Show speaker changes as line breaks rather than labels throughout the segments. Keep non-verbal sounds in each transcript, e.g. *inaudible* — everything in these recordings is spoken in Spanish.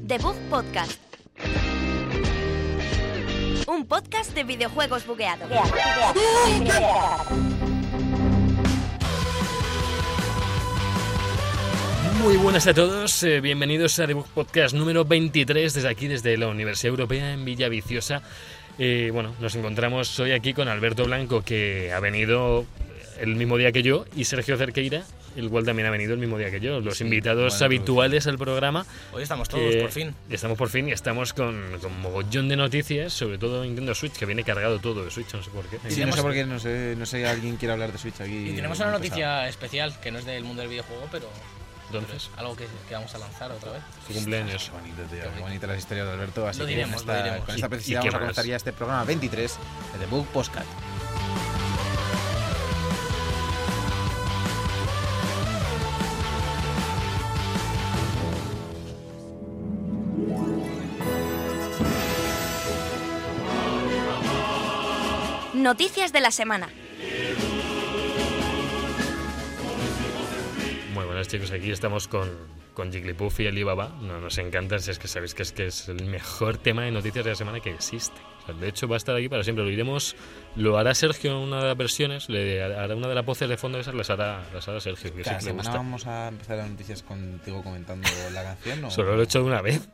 Debug Podcast. Un podcast de videojuegos bugueados.
Muy buenas a todos, eh, bienvenidos a Debug Podcast número 23 desde aquí, desde la Universidad Europea en Villaviciosa. Eh, bueno, nos encontramos hoy aquí con Alberto Blanco, que ha venido eh, el mismo día que yo, y Sergio Cerqueira, el cual también ha venido el mismo día que yo. Los
Sí,
invitados
bueno,
habituales al programa.
Hoy estamos todos,
que
por fin.
Estamos por fin y estamos con, con mogollón de noticias, sobre todo Nintendo Switch, que viene cargado todo de Switch, no sé por qué.
Y
Sí, no
tenemos-
sé por qué, no sé, no sé, alguien quiere hablar de Switch aquí. eh,
Y tenemos una
Empezado.
noticia especial que no es del mundo del videojuego, pero
Entonces,
es algo que, que vamos a lanzar otra vez.
su cumpleaños.
Qué bonito, tío.
bonito.
Qué bonita la historia de Alberto. Así
Lo
que
diremos,
con
lo
esta,
diremos.
con
¿Y-
esta
y
precisidad
qué
vamos a
más?
comenzar ya este programa 23 de The Book Postcat.
Noticias de la semana.
Muy buenas chicos, aquí estamos con, con Jigglypuff y Alibaba. No, nos encantan, si es que sabéis que es, que es el mejor tema de noticias de la semana que existe. O sea, de hecho, va a estar aquí para siempre. Lo iremos, lo hará Sergio en una de las versiones, le hará una de las voces de fondo esas las hará, las hará Sergio, que
Cada
siempre le
semana
gusta.
vamos a empezar las noticias contigo comentando la canción. ¿o?
Solo lo he hecho una vez.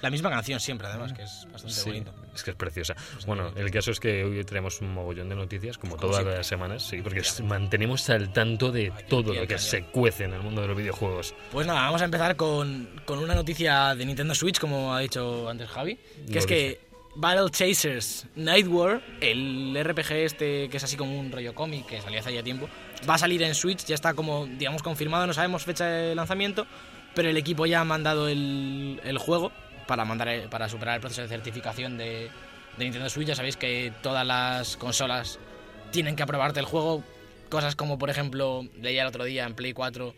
La misma canción siempre, además, que es bastante
Sí,
bonito.
es que es preciosa. Bueno, el caso es que hoy tenemos un mogollón de noticias, como
Como
todas
siempre.
las semanas, sí, porque os mantenemos al tanto de todo lo que
cañón.
se cuece en el mundo de los videojuegos.
Pues nada, vamos a empezar con, con una noticia de Nintendo Switch, como ha dicho antes Javi, que
Lo
es que Battle Chasers Night War, el RPG este que es así como un rollo cómic que salió hace ya tiempo, va a salir en Switch, ya está como, digamos, confirmado, no sabemos fecha de lanzamiento, pero el equipo ya ha mandado el, el juego para, mandar, el- para superar el proceso de certificación de, de Nintendo Switch. Ya sabéis que todas las consolas tienen que aprobarte el juego. Cosas como, por ejemplo, leía el otro día en Play 4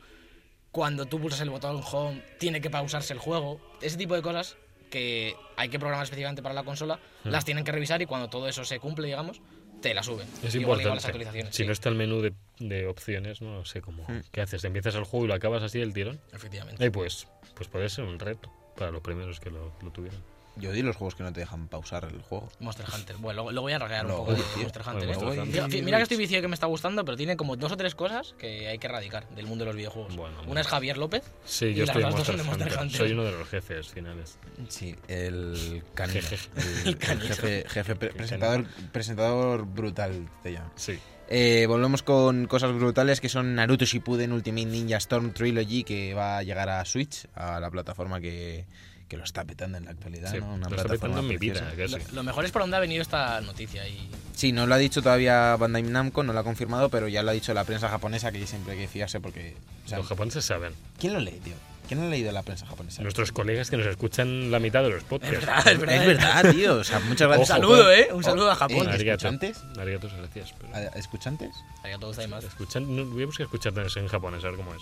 cuando tú pulsas el botón home tiene que pausarse el juego. Ese tipo de cosas que hay que programar específicamente para la consola,
Mm.
las tienen que revisar y cuando todo eso se cumple, digamos, te la suben.
Es
igual, igual
importante.
las actualizaciones.
si
sí,
no está el menú de, de opciones, no sé cómo. ¿Qué haces? ¿Empiezas el juego y lo acabas así del tirón?
Efectivamente.
Eh, pues, pues puede ser un reto para los primeros que lo, lo tuvieron.
Yo di los juegos que no te dejan pausar el juego.
Monster Hunter. Bueno, luego, luego voy a raggear un
No,
poco de
tío.
Monster
Oye,
Hunter. ¿eh?
Monster Hunter.
Mira, fi- Mira que estoy viciado que me está gustando, pero tiene como dos o tres cosas que hay que erradicar del mundo de los videojuegos.
Bueno, bueno.
Una es Javier López.
Sí,
Y
yo
las
estoy en
otras dos
Monster
son de Monster
Hunter.
Hunter.
Soy uno de los jefes finales.
Sí, el canino. El,
El canino.
jefe, jefe pre- presentador, presentador brutal te llama.
Sí.
Eh, volvemos con cosas brutales que son Naruto Shippuden Ultimate Ninja Storm Trilogy que va a llegar a Switch, a la plataforma que, que lo está petando en la actualidad.
sí.
¿no?
Lo
Una
está petando
plataforma
en mi
preciosa.
vida, eh.
Lo,
casi.
lo mejor es por dónde ha venido esta noticia. Y
Sí, no lo ha dicho todavía Bandai Namco, no lo ha confirmado, pero ya lo ha dicho la prensa japonesa que siempre hay que fiarse porque... o sea,
Los japoneses saben.
¿Quién lo lee, tío? ¿Quién ha leído la prensa japonesa?
Nuestros colegas que nos escuchan la mitad de los podcasts.
es verdad.
Es verdad, tío. O sea, muchas gracias.
Un saludo, ¿eh? Un saludo a Japón.
Eh,
Arigato.
¿Escuchantes?
Arigato, gracias. pero-
¿A- ¿Escuchantes?
Estaría todo está más.
Escuchan, no, voy a buscar escucharles en japonés, a ver cómo es.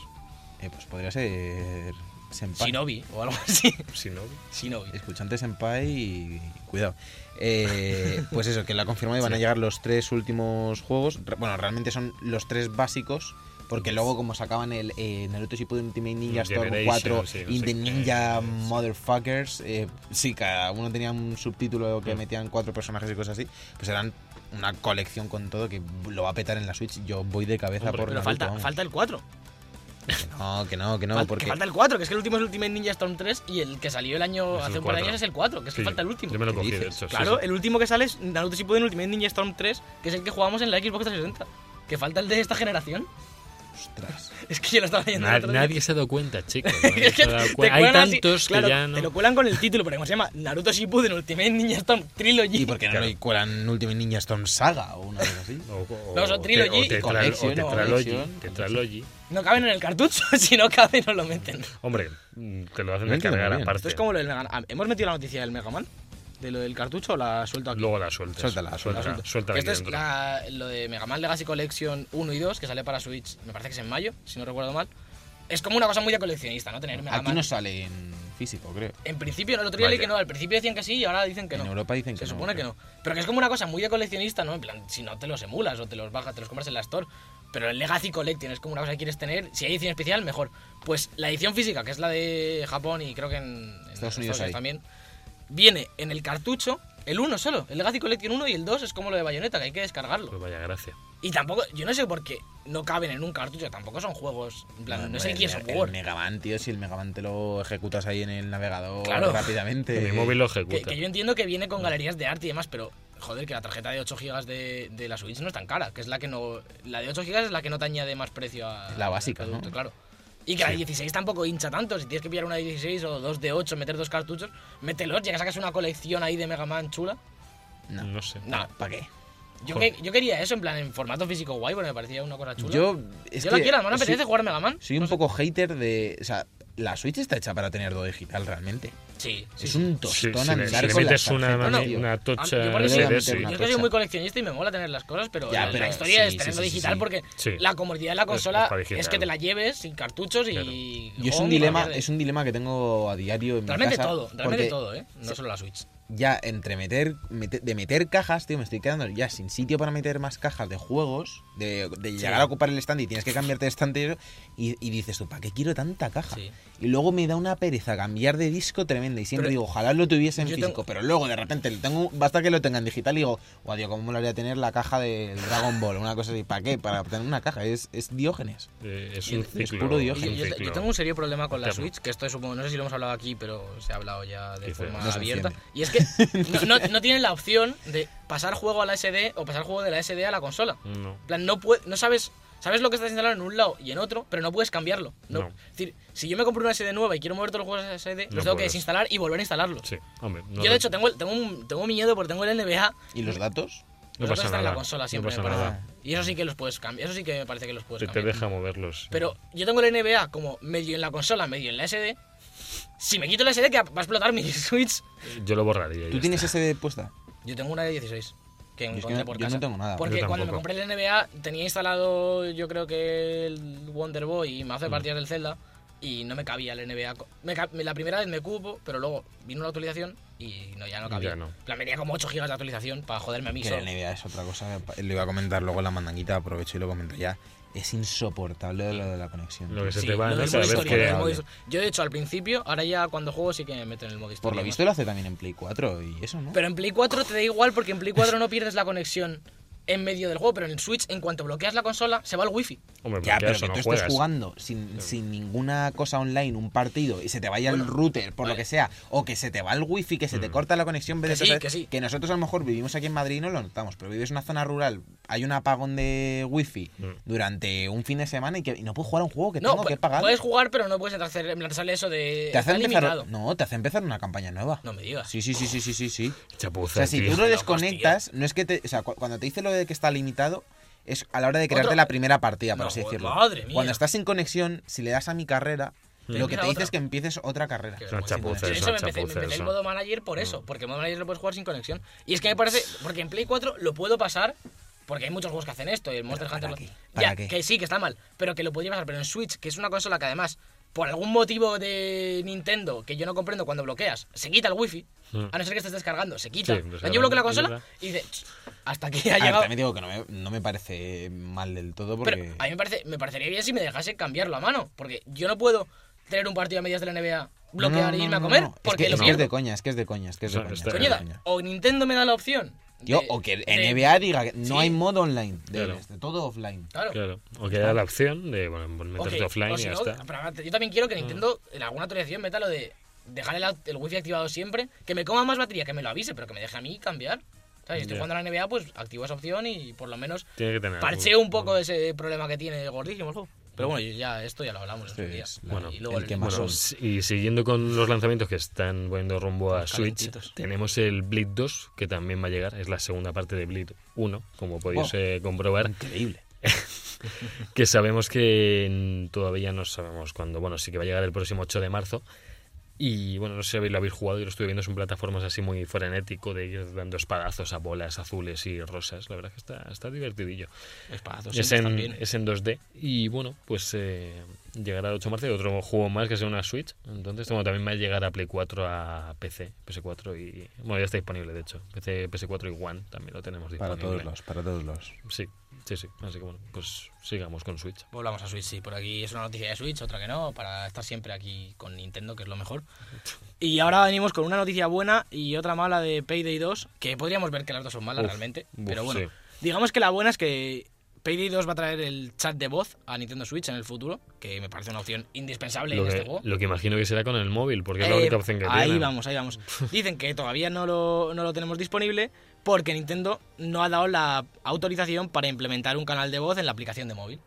Eh, pues podría ser... Senpai.
Shinobi o algo así. *laughs*
Si no,
Shinobi.
Escuchante Senpai E y cuidado. Eh, *laughs* pues eso, que la confirmado y van a llegar los tres últimos juegos. Re- Bueno, realmente son los tres básicos. Porque luego, como sacaban el eh, Naruto Shippuden Ultimate Ninja Storm
Generation,
4
sí, no
y
sé
The
qué,
Ninja
sí.
Motherfuckers, eh, sí, cada uno tenía un subtítulo
Mm.
que metían cuatro personajes y cosas así. Pues eran una colección con todo que lo va a petar en la Switch. Yo voy de cabeza
Hombre,
por
Pero
Naruto,
falta,
vamos.
falta el 4.
Que no, que no, que no.
Fal- que
porque...
falta el 4, que es que el último es el Ultimate Ninja Storm 3 y el que salió el año
Es el
hace un par de
cuatro.
años es el 4, que es que
Sí,
falta el último.
Yo me lo
¿Qué
cogí, de
dices?
hecho. sí,
claro,
sí.
el último que sale es Naruto Shippuden Ultimate Ninja Storm 3, que es el que jugamos en la Xbox 360. Que falta el de esta generación. *laughs*
Ostras.
Es que yo lo estaba leyendo.
Na-
el otro día.
nadie se ha dado cuenta, chicos. nadie
Es
se
*laughs* que
ha dado
te
cuen- Hay
cuelan así,
tantos
claro,
que ya no.
Te lo cuelan con el título, pero como se llama Naruto Shippuden Ultimate Ninja Storm Trilogy.
¿Y por qué no
Claro.
le cuelan Ultimate Ninja Storm Saga o una cosa así?
O, o-
No, son
o
Trilogy
te-
y
o tetra-
Collection,
o
¿no?
Tetralogy,
Collection.
Tetralogy.
No caben en el cartucho, *laughs* si no cabe no lo meten.
Hombre, mm, te lo hacen
No entiendo
descargar
muy bien.
aparte.
Esto es como lo del Mega Man. ¿Hemos metido la noticia del Mega Man? ¿De lo del cartucho o la suelto aquí?
Luego la sueltas.
Suéltala, suéltala.
Suelta, suelta
Que Esto
aquí
es
dentro.
la- lo de Mega Man Legacy Collection 1 y 2, que sale para Switch, me parece que es en mayo, si no recuerdo mal. es como una cosa muy de coleccionista, ¿no? Tener Mega
Aquí
Man.
no sale en físico, creo.
En principio, el otro día leí
Vaya.
que no, al principio decían que sí y ahora dicen que no.
En Europa dicen que
Se
no,
supone que
creo.
no. Pero que es como una cosa muy de coleccionista, ¿no? En plan, si no te los emulas o te los bajas, te los compras en la Store. Pero el Legacy Collection es como una cosa que quieres tener. Si hay edición especial, mejor. Pues la edición física, que es la de Japón y creo que en en
Estados Unidos hay.
también, viene en el cartucho el 1 solo. El Legacy Collection 1 y el 2 es como lo de Bayonetta, que hay que descargarlo.
Pues vaya gracia.
Y tampoco, yo no sé por qué no caben en un cartucho, tampoco son juegos. En plan, no, es el Gears of
el
War.
Mega Man, tío, si el Mega Man te lo ejecutas ahí en el navegador
Claro.
rápidamente.
Mi móvil lo
Que,
ejecuta.
que yo entiendo que viene con galerías de arte y demás, pero joder, que la tarjeta de 8 GB de, de la Switch no es tan cara, que es la que no. La de 8 GB es la que no te añade más precio a.
Es la básica,
al producto,
¿no?
claro. Y que la de 16 tampoco hincha tanto. Si tienes que pillar una de 16 o dos de 8, meter dos cartuchos, mételos, ya que sacas una colección ahí de Mega Man chula.
No.
No sé.
No,
¿Para qué?
yo,
Joder.
que- yo quería eso en plan en formato físico guay, porque me parecía una cosa chula.
Yo, es
Yo la
que
quiero, además me
soy-
apetece jugar Mega Man.
Soy un poco hater de. O sea, la Switch está hecha para tener todo digital realmente.
Sí, sí.
es
sí.
un
Si,
tostón
si le,
andar
si le
con
metes
las
una,
tarjetas,
mami-
tío.
una
Ah,
tocha
yo porque
de
sí,
le voy
DS,
a meter
sí.
una
Yo es que soy
cosa.
muy coleccionista y me mola tener las cosas, pero,
Ya,
la-
pero
la historia
sí,
es
sí,
tenerlo
sí, sí,
digital
sí.
porque
Sí.
la comodidad de la consola
para
es,
digital.
que te la lleves sin cartuchos y.
Claro.
Y es un
home,
dilema,
mierda.
es un dilema que tengo a diario en mi
Realmente
casa.
todo, realmente
porque
todo, ¿eh? No solo la Switch.
Ya entre meter, mete- de meter cajas, tío, me estoy quedando ya sin sitio para meter más cajas de juegos, de, de llegar a ocupar el stand y tienes que cambiarte de stand y, eso, y- y dices tú, ¿para qué quiero tanta caja?
Sí.
Y luego me da una pereza cambiar de disco tremenda y siempre
Pero-
digo, ojalá lo tuviese en
Yo
físico,
tengo-
pero luego de repente lo tengo, basta que lo tenga en digital y digo, guau, tío, ¿cómo molaría tener la caja del Dragon Ball? Una cosa así, ¿para qué? Para tener una caja, es, es Diógenes.
Eh, es
Yo-
un
es
ciclo.
puro
es
Yo,
Dios.
un
Ojo,
yo- yo
ciclo.
tengo un serio problema con la
Interno.
Switch, que esto supongo, no sé si lo hemos hablado aquí, pero se ha hablado ya de
Quizá.
forma
No se
abierta. Y es que
*laughs*
no, no- no tienen la opción de pasar juego a la SD o pasar juego de la SD a la consola.
No.
En plan, no, pue- no sabes. Sabes lo que estás instalado en un lado y en otro, pero no puedes cambiarlo. No.
No.
Es decir, si yo me compro una SD nueva y quiero mover todos los juegos a esa SD,
No
los tengo que
puedes.
desinstalar y volver a instalarlos.
Sí, hombre. no
yo,
lo-
de hecho, tengo, el- tengo, un- tengo miedo porque tengo el NBA.
¿Y los datos?
No
los
pasa
otros están en la
nada,
consola
no
siempre,
pasa
me parece.
nada.
Y eso sí que los puedes cambiar. Eso sí que me parece que los puedes
te, te
cambiar.
deja moverlos. sí.
Pero yo tengo el NBA como medio en la consola, medio en la SD. Si me quito la SD, que va a explotar mi *laughs* Switch.
Yo lo borraría. y
¿Tú
ya
tienes SD puesta?
Yo tengo una de 16. Que
es que
encontré
no-
por
yo no
casa.
tengo nada.
Porque
Yo
cuando me
tampoco.
compré el NBA tenía instalado, yo creo que el Wonder Boy y me hace
Mm.
partidas del Zelda. Y no me cabía el NBA. co- me ca- la primera vez me cupo, pero luego vino una actualización y no, ya no cabía.
Ya no.
En plan, venía como 8 gigas de actualización para joderme a mí
Que
solo.
la NBA es otra cosa, lo iba a comentar luego en la mandanguita, aprovecho y lo comento ya. Es insoportable lo de la conexión.
Lo que
tío.
se
Sí,
te va,
lo
¿no?
del
Cada
modo
vez
historia,
que-
lo del modo histo- Yo, de hecho, al principio, ahora ya cuando juego sí que me meto en el modo historia.
Por lo
y
visto
demás.
lo hace también en Play 4 y eso, ¿no?
Pero en Play 4 te da igual porque en Play 4 no pierdes la conexión en medio del juego, pero en el Switch, en cuanto bloqueas la consola, se va el wifi.
Hombre, bloqueas
ya, pero que
o no
tú estés
juegas.
jugando sin, sin ninguna cosa online, un partido, y se te vaya el router, por lo que sea, o que se te va el wifi, que se
Mm.
te corta la conexión, vete
Que
a
sí,
saber,
que sí.
nosotros a lo mejor vivimos aquí en Madrid y no lo notamos, pero vives en una zona rural, hay un apagón de wifi
Mm.
durante un fin de semana y, que, y no puedes jugar a un juego que
No,
tengo
pu-
que pagar.
puedes jugar, pero no puedes hacer, en plan, sale eso de.
te hace
está
empezar,
limitado.
no, te hace empezar una campaña nueva.
No me digas.
Sí, sí, sí, sí, sí, sí, sí. O
Chapuza,
sea, si
tío.
tú no
hostia.
desconectas, no es que te. O sea, cu- cuando te dice lo de que está limitado, es a la hora de crearte
Otro-
la primera partida, por
No,
así
joder,
decirlo.
madre mía.
Cuando estás sin conexión, si le das a mi carrera, lo que
Termina
te dice
otra.
es que empieces otra carrera.
Qué
Es una
vergüenza.
chapuza,
eh.
De
es
hecho,
una
me empecé, me
chapuza
empecé el
eso.
modo manager
Mm.
por eso, porque el modo manager lo puedes jugar sin conexión. Y es que me parece, porque en Play 4 lo puedo pasar, porque hay muchos juegos que hacen esto, y el Monster
¿para
Hunter... lo-
qué? ¿Para
ya,
qué?
que sí, que está mal, pero que lo podría pasar. Pero en Switch, que es una consola que además, por algún motivo de Nintendo, que yo no comprendo, cuando bloqueas, se quita el wifi,
Mm.
a no ser que estés descargando, se quita.
Sí, pues,
yo
ahora
bloqueo la
es
consola
verdad.
y dice, "Ch, hasta aquí ha
A ver,
llegado...
también digo que no me, no me parece mal del todo porque.
Pero a mí me, parece, me parecería bien si me dejase cambiarlo a mano, porque yo no puedo tener un partido a medias de la NBA,
No, no,
bloquear
no,
e irme a
no,
comer,
no. Es que-
porque
es
lo
que, es
pierdo.
de coña, es que es de coña, es que es de
Eso
coña.
está
es de
bien.
Coño,
coña.
o Nintendo me da la opción.
Yo,
de-
o que el
de-
NBA diga que no
Sí.
hay modo online,
Claro.
debes, de todo offline.
Claro.
Claro. O que da la opción de, bueno,
O
meterte
que-
offline
o
y
si
ya
no,
está. Ah.
pero aparte, yo también quiero que Nintendo en alguna actualización meta lo de dejar el, aut- el wifi activado siempre, que me coma más batería, que me lo avise, pero que me deje a mí cambiar. ¿Sabes? Si estoy
Ya.
jugando a la NBA, pues activo esa opción y por lo menos
Tiene que tener
parcheo
algún-
un poco ese problema que tiene gordísimo el juego. Pero bueno, yo ya esto ya lo hablamos
Sí,
otro día.
es
la-
y luego
el que más
Bueno, s-
son.
y siguiendo con los lanzamientos que están poniendo rumbo a Switch,
calentitos.
tenemos el Bleed 2, que también va a llegar. Es la segunda parte de Bleed 1, como podéis
Oh.
eh, comprobar.
Increíble.
*laughs* que sabemos que mm, todavía no sabemos cuándo. Bueno, sí que va a llegar el próximo 8 de marzo. Y bueno, no sé si habéis- lo habéis jugado, yo lo estuve viendo, son plataformas así muy frenético de ir dando espadazos a bolas azules y rosas. La verdad que está, está divertidillo.
Espadazos
Es
siempre
en,
están bien.
es en 2D. Y bueno, pues eh, llegará el 8 de marzo y otro juego más que sea una Switch. Entonces, bueno, también va a llegar a Play 4, a PC, PS4 y. Bueno, ya está disponible, de hecho. PC, PS4 y One también lo tenemos
Para
disponible.
todos los, para todos los.
Sí, sí, sí. Así que bueno, pues sigamos con Switch.
Volvamos a Switch, sí. Por aquí es una noticia de Switch, otra que no, para estar siempre aquí con Nintendo, que es lo
*laughs*
mejor. Y ahora venimos con una noticia buena y otra mala de Payday 2, que podríamos ver que las dos son malas
Uf,
realmente.
uf,
pero bueno,
sí.
digamos que la buena es que Payday 2 va a traer el chat de voz a Nintendo Switch en el futuro, que me parece una opción indispensable
Lo
en este
que,
juego.
lo que imagino que será con el móvil, porque es la
Eh,
única opción que
ahí
tienen.
vamos,
*laughs*
ahí vamos. Dicen que todavía no lo, no lo tenemos disponible porque Nintendo no ha dado la autorización para implementar un canal de voz en la aplicación de móvil.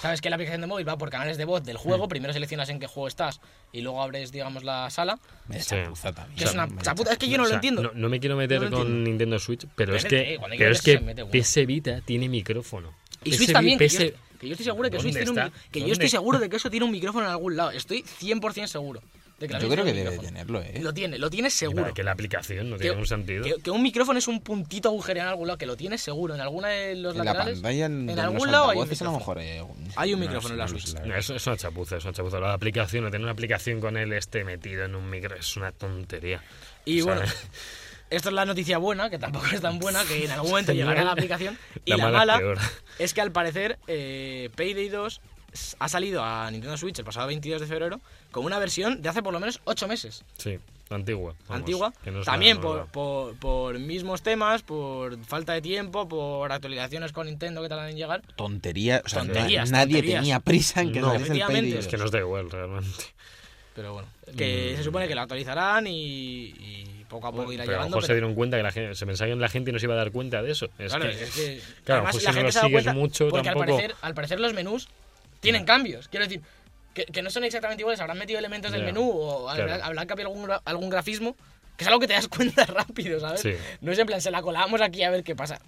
Sabes que la aplicación de móvil va por canales de voz del
Mm.
juego, primero seleccionas en qué juego estás y luego abres, digamos, la sala.
Me
Sí.
chapuza también.
Que es una
Me
chaputa, es que yo no
O
lo
sea,
entiendo.
No, no me quiero meter
No lo
con
entiendo.
Nintendo Switch, pero es
Métete,
que,
eh, cuando hay que
pero es
meterse,
que
se mete uno.
PS Vita tiene micrófono.
Y
PS
Switch también, que, yo,
PS
estoy- que yo estoy seguro de que Switch
¿Dónde
tiene un, mi-
está?
que yo
¿Dónde?
estoy seguro de que eso tiene un micrófono en algún lado. Estoy 100% seguro. de la
Yo
Switch
creo que
tiene un
debe
micrófono.
tenerlo, ¿eh?
Lo tiene, lo tiene seguro.
Para que la aplicación no
Que-
tiene ningún sentido.
Que, que un micrófono es un puntito agujereado en algún lado, que lo tienes seguro, en alguna de los
En la
laterales.
pantalla, en,
en
de los
algún lado hay un
altavoces, a lo
micrófono.
mejor eh, hay,
Hay un
no
micrófono en
sé,
la
no sé,
Switch.
No, eso es una chapuza, es una chapuza. La aplicación, no tener una aplicación con él este metido en un micro es una tontería.
Y
O sea,
bueno, esta es la noticia buena, que tampoco es tan buena, que en algún momento llegará la aplicación. Y
La
la,
mala es
mala,
peor.
es que al parecer eh, Payday 2 s- ha salido a Nintendo Switch el pasado 22 de febrero con una versión de hace por lo menos 8 meses,
*laughs* sí, antigua. vamos,
antigua.
que no es
También
nada
por,
nuevo.
por- por mismos temas, por falta de tiempo, por actualizaciones con Nintendo que tardan en llegar.
Tontería, o sea, na-
Tonterías,
nadie
tonterías.
tenía prisa en que
No.
saliese el
Efectivamente,
Payday
es
Es que nos da igual, realmente.
Pero bueno,
mm.
que se supone que la actualizarán y, y poco a poco
pero a
irá
lo
llegando.
mejor se
pero-
dieron cuenta que la gente, se pensaba que la gente no se iba a dar cuenta de eso. Es
claro,
que,
es que-
claro,
además,
pues
la
si no
gente
lo
se da
sigues
cuenta,
mucho,
porque
tampoco.
Al parecer, al parecer los menús tienen cambios. Quiero decir, que, que no son exactamente iguales. Habrán metido elementos del
Ya,
menú o habrá-
claro.
habrán cambiado algún, gra- algún grafismo. Que es algo que te das *laughs* cuenta rápido, ¿sabes?
Sí.
No es en plan, se la colamos aquí a ver qué pasa.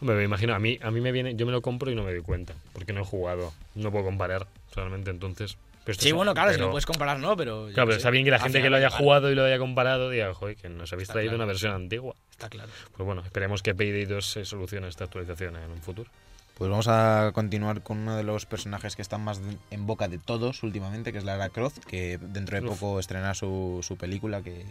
Hombre, me imagino, a mí, a mí me viene, yo me lo compro y no me doy cuenta, porque no he jugado, no puedo comparar realmente entonces. pero esto
Sí,
es-
bueno, claro, si
pero-
no puedes comparar, no, pero.
Claro,
yo qué
pero
sé.
está bien que la
Al
gente que
final
lo haya
vale,
jugado y lo haya comparado diga, joder, que nos habéis
Está
traído
claro.
una versión antigua.
Está claro.
Pues bueno, esperemos que Payday 2 se solucione esta actualización en un futuro.
Pues vamos a continuar con uno de los personajes que están más de- en boca de todos últimamente, que es Lara Croft, que dentro de
Uf.
poco estrenará su, su película, que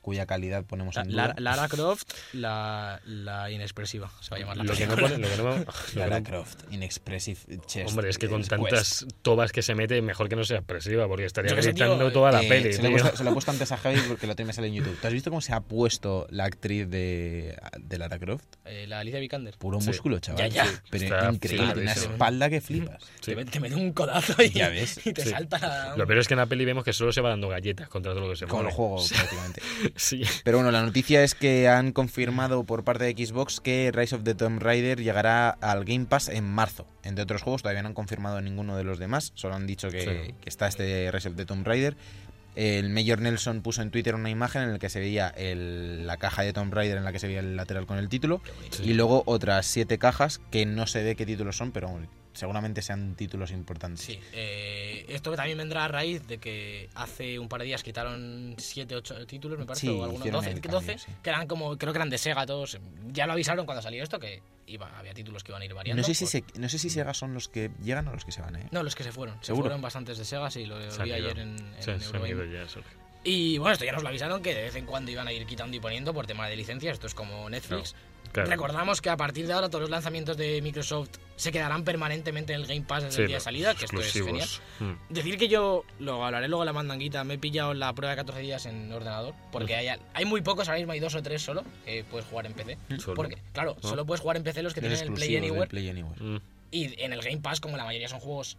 cuya calidad ponemos en duda.
Lara, Croft, la, la inexpresiva, se va a llamar la
Lo que no pone- lo que no- lo
*laughs*
que
Lara
no-
Croft, Inexpressive Chest. eh, pues,
Hombre, es que con
Quest.
tantas tobas que se mete, mejor que no sea expresiva, porque estaría
Yo que sé, tío,
gritando toda la
Eh,
peli.
se, lo he
tío.
puesto, se lo he puesto antes a Javi porque lo tengo me sale en YouTube. ¿Tú has visto cómo se ha puesto la actriz de, de Lara Croft?
Eh, la Alicia Vikander.
Puro
Sí.
músculo, chaval.
Ya, ya.
Pero
Está
increíble, una
flipadísimo.
espalda que flipas.
Sí.
Te, met- te mete un codazo y,
Ya ves.
y te
Sí.
salta
*laughs*
la...
Lo peor es que en la peli vemos que solo se va dando galletas contra todo lo que se
Como
mueve.
el juego, prácticamente.
*laughs* Sí.
Pero bueno, la noticia es que han confirmado por parte de Xbox que Rise of the Tomb Raider llegará al Game Pass en marzo. Entre otros juegos, todavía no han confirmado ninguno de los demás, solo han dicho que,
Sí.
que está este Rise of the Tomb Raider. El Mayor Nelson puso en Twitter una imagen en la que se veía el- la caja de Tomb Raider en la que se veía el lateral con el título y luego otras siete cajas que no se ve qué títulos son, pero bueno, seguramente sean títulos importantes.
Sí, eh, esto que también vendrá a raíz de que hace un par de días quitaron 7, 8 títulos, me parece,
Sí,
o algunos
hicieron
12,
el
12,
cambio, sí.
que eran como, creo que eran de Sega todos. Ya lo avisaron cuando salió esto, que iba, había títulos que iban a ir variando.
No sé, si
pues-
se- no sé si Sega son los que llegan o los que se van, ¿eh?
No, los que se fueron. Se
¿Seguro?
fueron bastantes de Sega, sí, lo
Se han
vi
ido.
ayer en, en
Se- se han
Eurogame.
ido ya, Sergio.
Y bueno, esto ya nos lo avisaron que de vez en cuando iban a ir quitando y poniendo por tema de licencias. Esto es como Netflix.
Claro.
Recordamos que a partir de ahora todos los lanzamientos de Microsoft se quedarán permanentemente en el Game Pass desde
Sí,
el día de
los
salida, que esto es genial.
exclusivos. Mm.
Decir que yo, lo hablaré luego en la mandanguita, me he pillado la prueba de 14 días en ordenador, porque hay, hay muy pocos, ahora mismo hay dos o tres solo que puedes jugar en PC.
Solo.
Porque, claro,
Ah.
solo puedes jugar en PC los que
Los
tienen el Play
exclusivos del
Anywhere,
Play Anywhere.
Mm.
y en el Game Pass, como la mayoría son juegos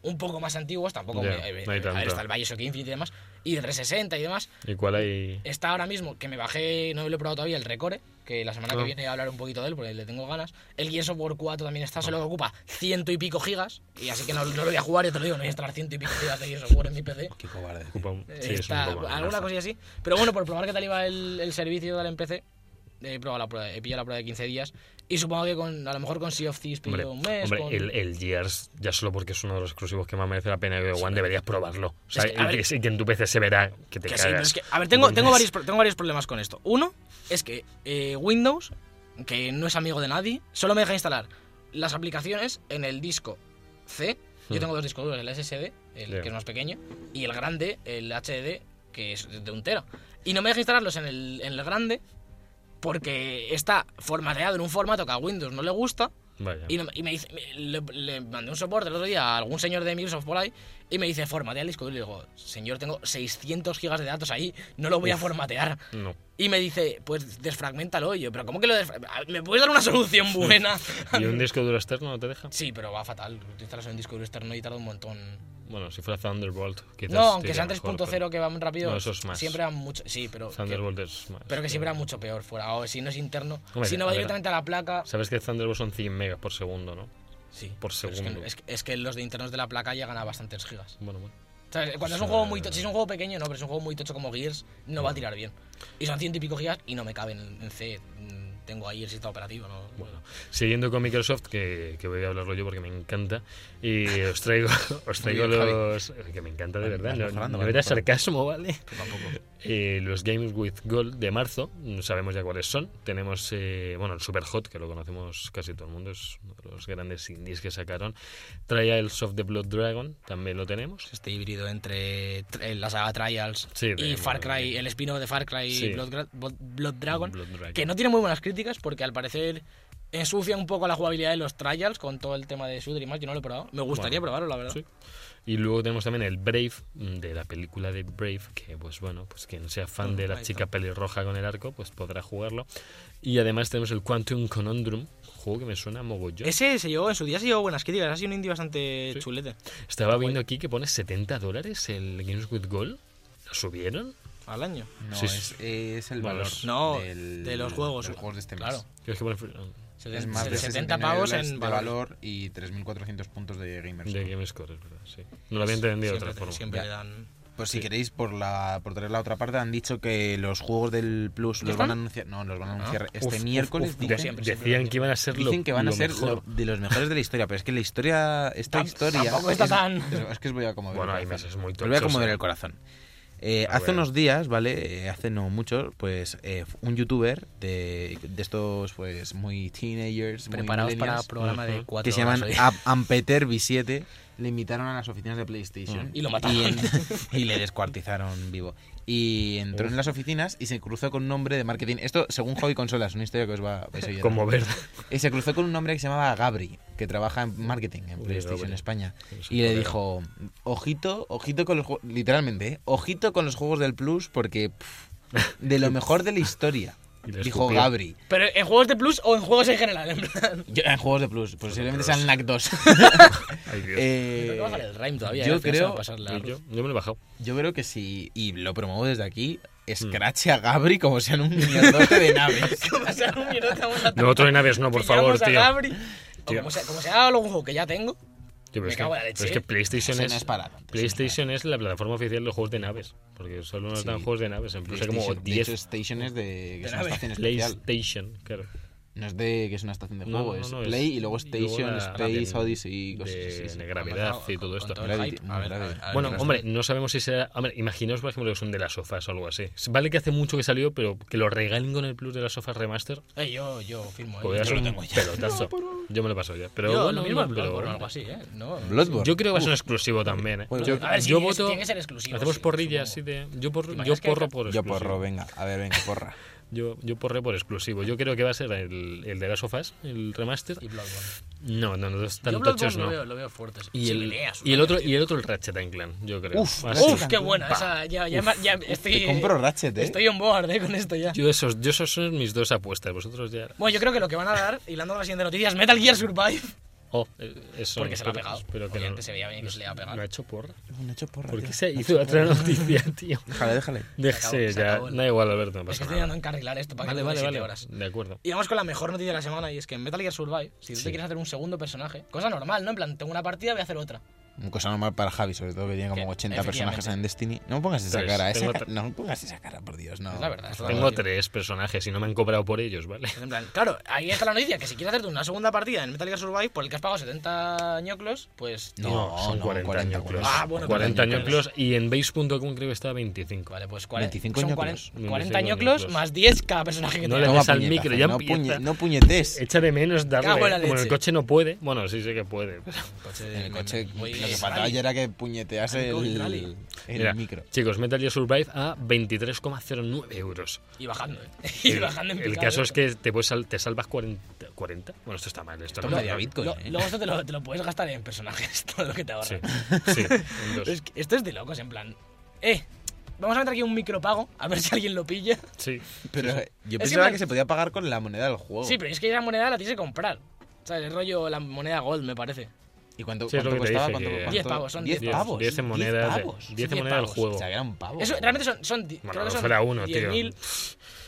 un poco más antiguos, tampoco...
Ya,
me- eh,
no hay
a ver,
tanto.
está el Bioshock Infinite y demás, y el 360 y demás,
¿Y cuál hay?
Está ahora mismo, que me bajé, no lo he probado todavía, el Recore, que la semana
Ah.
que viene hablar un poquito de él porque le tengo ganas. El Gears of War 4 también está,
Ah.
solo que ocupa ciento y pico gigas, y así que no, no lo voy a jugar, yo te lo digo, no voy a instalar ciento y pico gigas de Gears of War en mi PC.
Qué cobarde. tío.
Ocupa un- sí,
Eh,
es un
está,
poco
alguna
amenaza.
cosilla así. Pero bueno, por probar qué tal iba el, el servicio del en PC, he, probado la prueba, he pillado la prueba de 15 días Y supongo que con, a lo mejor con Sea of Thieves
Hombre,
pillo un mes.
hombre,
con-
el, el Gears, ya solo porque es uno de los exclusivos que más merece la pena de One, deberías probarlo. O sea,
Es que, a
y,
ver-
que, sí, que en tu PC se verá que te
que sí, pero
cagas.
es que- ah, a ver, tengo, tengo,
Entonces,
varios, pro- tengo varios problemas con esto. Uno es que eh, Windows, que no es amigo de nadie, solo me deja instalar las aplicaciones en el disco C. Yo
Hmm.
tengo dos discos duros, el SSD, el
Ya.
que es más pequeño, y el grande, el HD, que es de un tera. Y no me deja instalarlos en el, en el grande porque está formateado en un formato que a Windows no le gusta.
vaya.
Y, no- y me dice, me- le, le mandé un soporte el otro día a algún señor de Microsoft por ahí y me dice, formatea el disco. duro". Y le digo, señor, tengo 600 gigas de datos ahí, no lo voy a
Uf.
formatear. *laughs*
No.
Y me dice, pues desfragmentalo. Y yo, pero ¿cómo que lo desfragmentas? ¿Me puedes dar una solución buena?
¿Y un disco duro externo no te deja?
sí, pero va fatal. Tú instalas en un disco duro externo y tarda un montón.
Bueno, si fuera Thunderbolt, quizás.
no, aunque
te
sea
iría mejor,
3.0 que va muy rápido,
No, eso es más.
siempre va mucho... Sí, pero...
pero
que-
Thunderbolt es más.
pero que siempre va mucho peor fuera. O si no es interno,
Hombre,
si no
a
va
ver.
directamente a la placa...
Sabes que Thunderbolt son 100 megas por segundo, ¿no?
Sí,
por
pero es que-
segundo.
es que- es que los de internos de la placa llegan a bastantes gigas.
Bueno, bueno.
¿Sabes? Cuando es un juego muy tocho, si es un juego pequeño, no, pero es un juego muy tocho como Gears, no
Mm.
va a tirar bien. Y son ciento y pico gigas y no me caben en C. Mm, Tengo ahí el sistema operativo, ¿no?
Bueno, siguiendo con Microsoft, que, que voy a hablarlo yo porque me encanta, y os traigo, *laughs* os traigo
bien, Javi.
los... Que me encanta de
Vas
verdad, no,
mejorando,
no era
vas mejorando.
sarcasmo, ¿vale?
*laughs* Tampoco.
Eh, los Games with Gold de marzo, no sabemos ya cuáles son. Tenemos, eh, bueno, el Superhot, que lo conocemos casi todo el mundo, es uno de los grandes indies que sacaron. Trials of the Blood Dragon, también lo tenemos.
Este híbrido entre tr- eh, la saga Trials
Sí,
y
de-
Far Cry, el spin-off de Far Cry
Sí.
Blood, Gra- Blood- Blood Dragon,
Blood Dragon.
que no tiene muy buenas críticas porque al parecer ensucia un poco la jugabilidad de los Trials con todo el tema de shooter y más. Yo no lo he probado. Me gustaría
Bueno,
probarlo, la verdad.
Sí. Y luego tenemos también el Brave, mm, de la película de Brave, que pues bueno, pues quien sea fan
Mm,
de la
ahí
chica pelirroja con el arco, pues podrá jugarlo. Y además tenemos el Quantum Conundrum, juego que me suena mogollón.
Ese se llevó, en su día se llevó buenas críticas, ha sido un indie bastante
Sí.
chulete.
Estaba viendo aquí que pone 70 dólares el Games with Gold. ¿Lo subieron?
Al año.
No,
Sí,
es, es el
Bueno,
valor
es-
No,
del-
de los juegos.
de los juegos de este mes.
Claro.
Yo es que pone fr-
Es más de
70
70
pavos en
de
valor.
valor y 3.400 puntos de gamers.
de GameScore, es verdad, sí. No lo había entendido de
Siempre
otra
te-
forma.
Siempre
Ya.
le dan.
Pues si queréis, por la por traer la otra parte, han dicho que los juegos del Plus
¿Ya
los van a
están?
anunciar. No, los van a
Ah.
anunciar este
Uf, uf,
miércoles.
uf,
dicen,
de-
siempre, siempre
decían
lo
que iban a ser lo-
Dicen que van a
lo
ser
mejor.
lo- de los mejores de la historia, pero es que la historia. Esta
Tam-
historia.
tampoco está
es-
tan-
Es que os voy a conmover.
Bueno,
el
hay
corazón.
meses muy
Os voy a
tochos,
conmover
¿eh?
el corazón. Eh,
A
hace
ver.
unos días, ¿vale? Eh, hace no mucho, pues eh, un youtuber de, de estos, pues, muy teenagers, muy
Preparados para
millennials,
programa de
Ujú.
4
que se llaman Am- Ampeter V7, le invitaron a las oficinas de PlayStation.
Mm. Y lo mataron.
en- y le descuartizaron vivo. Y entró en las oficinas y se cruzó con un nombre de marketing. Esto, según Hobby Consolas, una historia que os va vais a oír.
Como ver.
Y se cruzó con un hombre que se llamaba Gabri, que trabaja en marketing en
Uy,
PlayStation
Gabri.
España.
Es un
Y le
colega.
dijo, ojito, ojito con los juegos, literalmente, ¿eh? ojito con los juegos del Plus porque pff,
*laughs*
de lo mejor de la historia,
Y le
dijo
escupió.
Gabri.
Pero en juegos de Plus o en juegos en general, *laughs* en plan.
Yo- en juegos de Plus, posiblemente sean NAC 2.
Ay, *laughs* Dios.
*laughs* Eh,
Tengo que bajar el Rhyme todavía.
yo
eh, al final se va a
creo-
pasar la
Y
*laughs*
yo, yo me lo he bajado.
Yo creo que sí, y lo promuevo desde aquí, escrache a Gabri como sean un mierdote
*laughs*
de naves.
Va a ser un minuto, vamos a- *laughs*
No, otro de naves no, por favor,
Pillamos a
tío.
Gabri. O
Tío.
como sea, como sea algún juego que ya tengo.
Tío, pero
Me
es que-
cago en la leche,
pero es que
¿eh?
PlayStation
Eso no
es,
es para tanto,
PlayStation es la plataforma oficial de los juegos de naves. Porque solo nos dan
Sí.
juegos de naves. En Plus hay como
De hecho,
10
Station es de... que es una
nave.
estación especial.
PlayStation, claro.
No es de que es una estación de
No,
juego,
no,
es
no, es-
Play y luego
y luego
Station,
la-
Space,
de-
Odyssey y cosas
de-
así. sí.
de gravedad
Vamos a-
y todo
con-
esto.
con todo el
Gravity,
hype.
muy
A ver,
grave.
a ver, a ver
Bueno,
qué nos-
hombre, no sabemos si será. Hombre, imaginaos, por ejemplo, que son de las sofás o algo así. Vale que hace mucho que salió, pero que lo regalen con el plus de las sofás remaster.
Eh, yo, yo firmo. eh,
Podría
yo
ser
lo
un
tengo ya. *laughs*
pelotazo. Yo me lo paso ya. Pero
yo,
bueno,
lo mismo en
no,
Bloodborne
pero-
o algo así, ¿eh? No,
Bloodborne.
Yo creo que va a ser un exclusivo también, ¿eh?
Bueno,
Yo,
a ver, sí,
yo
tiene que-
voto.
tiene que ser exclusivo,
Hacemos
sí,
porrillas así
supongo.
de. Yo, porro-
¿Te
yo
imaginas que-
porro por
Uh, Yo
exclusivo.
porro, venga, a ver, venga, porra.
Yo, yo porré por exclusivo. Yo creo que va a ser el, el de las sofás, el remaster.
Y Bloodborne.
No, no, no, los tan
yo
tochos
Bloodborne
no.
lo, veo, lo veo fuerte. sí.
Y
Se
el,
pelea,
y el
suda,
otro
tío.
y el otro el Ratchet and Clank, yo creo.
Uf,
Va a
Ratchet
ser-
Uf, qué buena. Esa, ya, ya, me- ya estoy.
Te compro Ratchet, ¿eh?
Estoy on board, eh, con esto ya.
Yo esos, yo esos son mis dos apuestas. Vosotros ya.
Bueno, yo creo que lo que van a dar, hilando con la siguiente noticia, es Metal Gear Survive.
Oh, eh, eso.
Porque se la
espero-
ha pegado.
espero que
Oye,
no-
antes se veía venir que se le iba a pegar.
¿Lo ha hecho porra?
No he hecho porra,
¿Por
tío.
qué se hizo otra noticia, *laughs* tío?
Déjale, déjale.
Se acabó,
Déjese
se
ya.
acabó.
Da igual, Alberto, no
Es que
pasa
estoy intentando
nada.
encarrilar esto para
Vale,
que
vale,
dure siete
vale.
horas.
De acuerdo.
Y vamos con la mejor noticia de la semana, y es que en Metal Gear Survive, si tú
Sí.
te quieres hacer un segundo personaje, cosa normal, ¿no? En plan, tengo una partida, voy a hacer otra.
Cosa normal para Javi, sobre todo que tiene como
Que,
80 personajes en Destiny. No me pongas esa
Tres,
cara, esa
tengo
cara-
otra-
No me pongas esa cara, por Dios, no.
Es la verdad, es la
Por
Tengo
favor.
verdad.
tres personajes y no me han cobrado por ellos, ¿vale?
En plan, claro, ahí está la noticia, que si quieres hacerte una segunda partida en Metal Gear Survive por el que has pagado 70 ñoclos, pues...
No,
son
no,
40,
40
ñoclos.
ñoclos.
Ah, bueno,
40
40
ñoclos y en base.com creo que está 25.
Vale, pues cuaren-
25
son
ñoclos.
40, 40
25
ñoclos
ñoclos.
más 10 cada personaje que
No
tengas.
le-
Toma
des al
puñetazo,
micro, ya
no,
empieza. Eh,
puñe- no puñetes.
Echa de menos
pues. Cago
darle.
en la
Como en el
leche.
coche no puede. Bueno, sí, sí que puede.
*laughs*
pero-
En el
eh,
me-
coche,
me- voy-
lo que faltaba ya era que puñetease
Rally,
el,
rally.
el
Mira,
micro.
Chicos, Metal Gear Survive a 23,09 euros.
Y bajando, ¿eh? *laughs* Y
El-
bajando en
El,
picado,
caso
¿eh?
es que te, puedes sal- te salvas 40, 40. Bueno, esto está mal. Esto
Esto
no
me
es
daría
mal.
Bitcoin,
Lo-
¿eh?
Luego esto te lo, te lo puedes gastar en personajes, *laughs* todo lo que te ahorras.
Sí, sí. en dos.
Es que esto es de locos, en plan... Eh, vamos a meter aquí un micropago, a ver si alguien lo pilla.
Sí.
Pero eh, yo
Es
pensaba
que-
que se podía pagar con la moneda del
Oh.
juego.
Sí, pero es que esa moneda la tienes que comprar. ¿Sabes? El rollo, la moneda gold, me parece.
¿Y cuánto,
Sí, es lo
cuánto
que te
costaba?
dije,
¿Cuánto-
que-
cuánto-
10 pavos, son
10
10
pavos.
10 en monedas, de-
pavos.
10 en
Sí,
monedas del
pavos.
juego.
O sea, que era un pavo.
Eso
¿no?
realmente son. son di-
Oh. Bueno,
creo que son
fuera uno, tío.
10.000,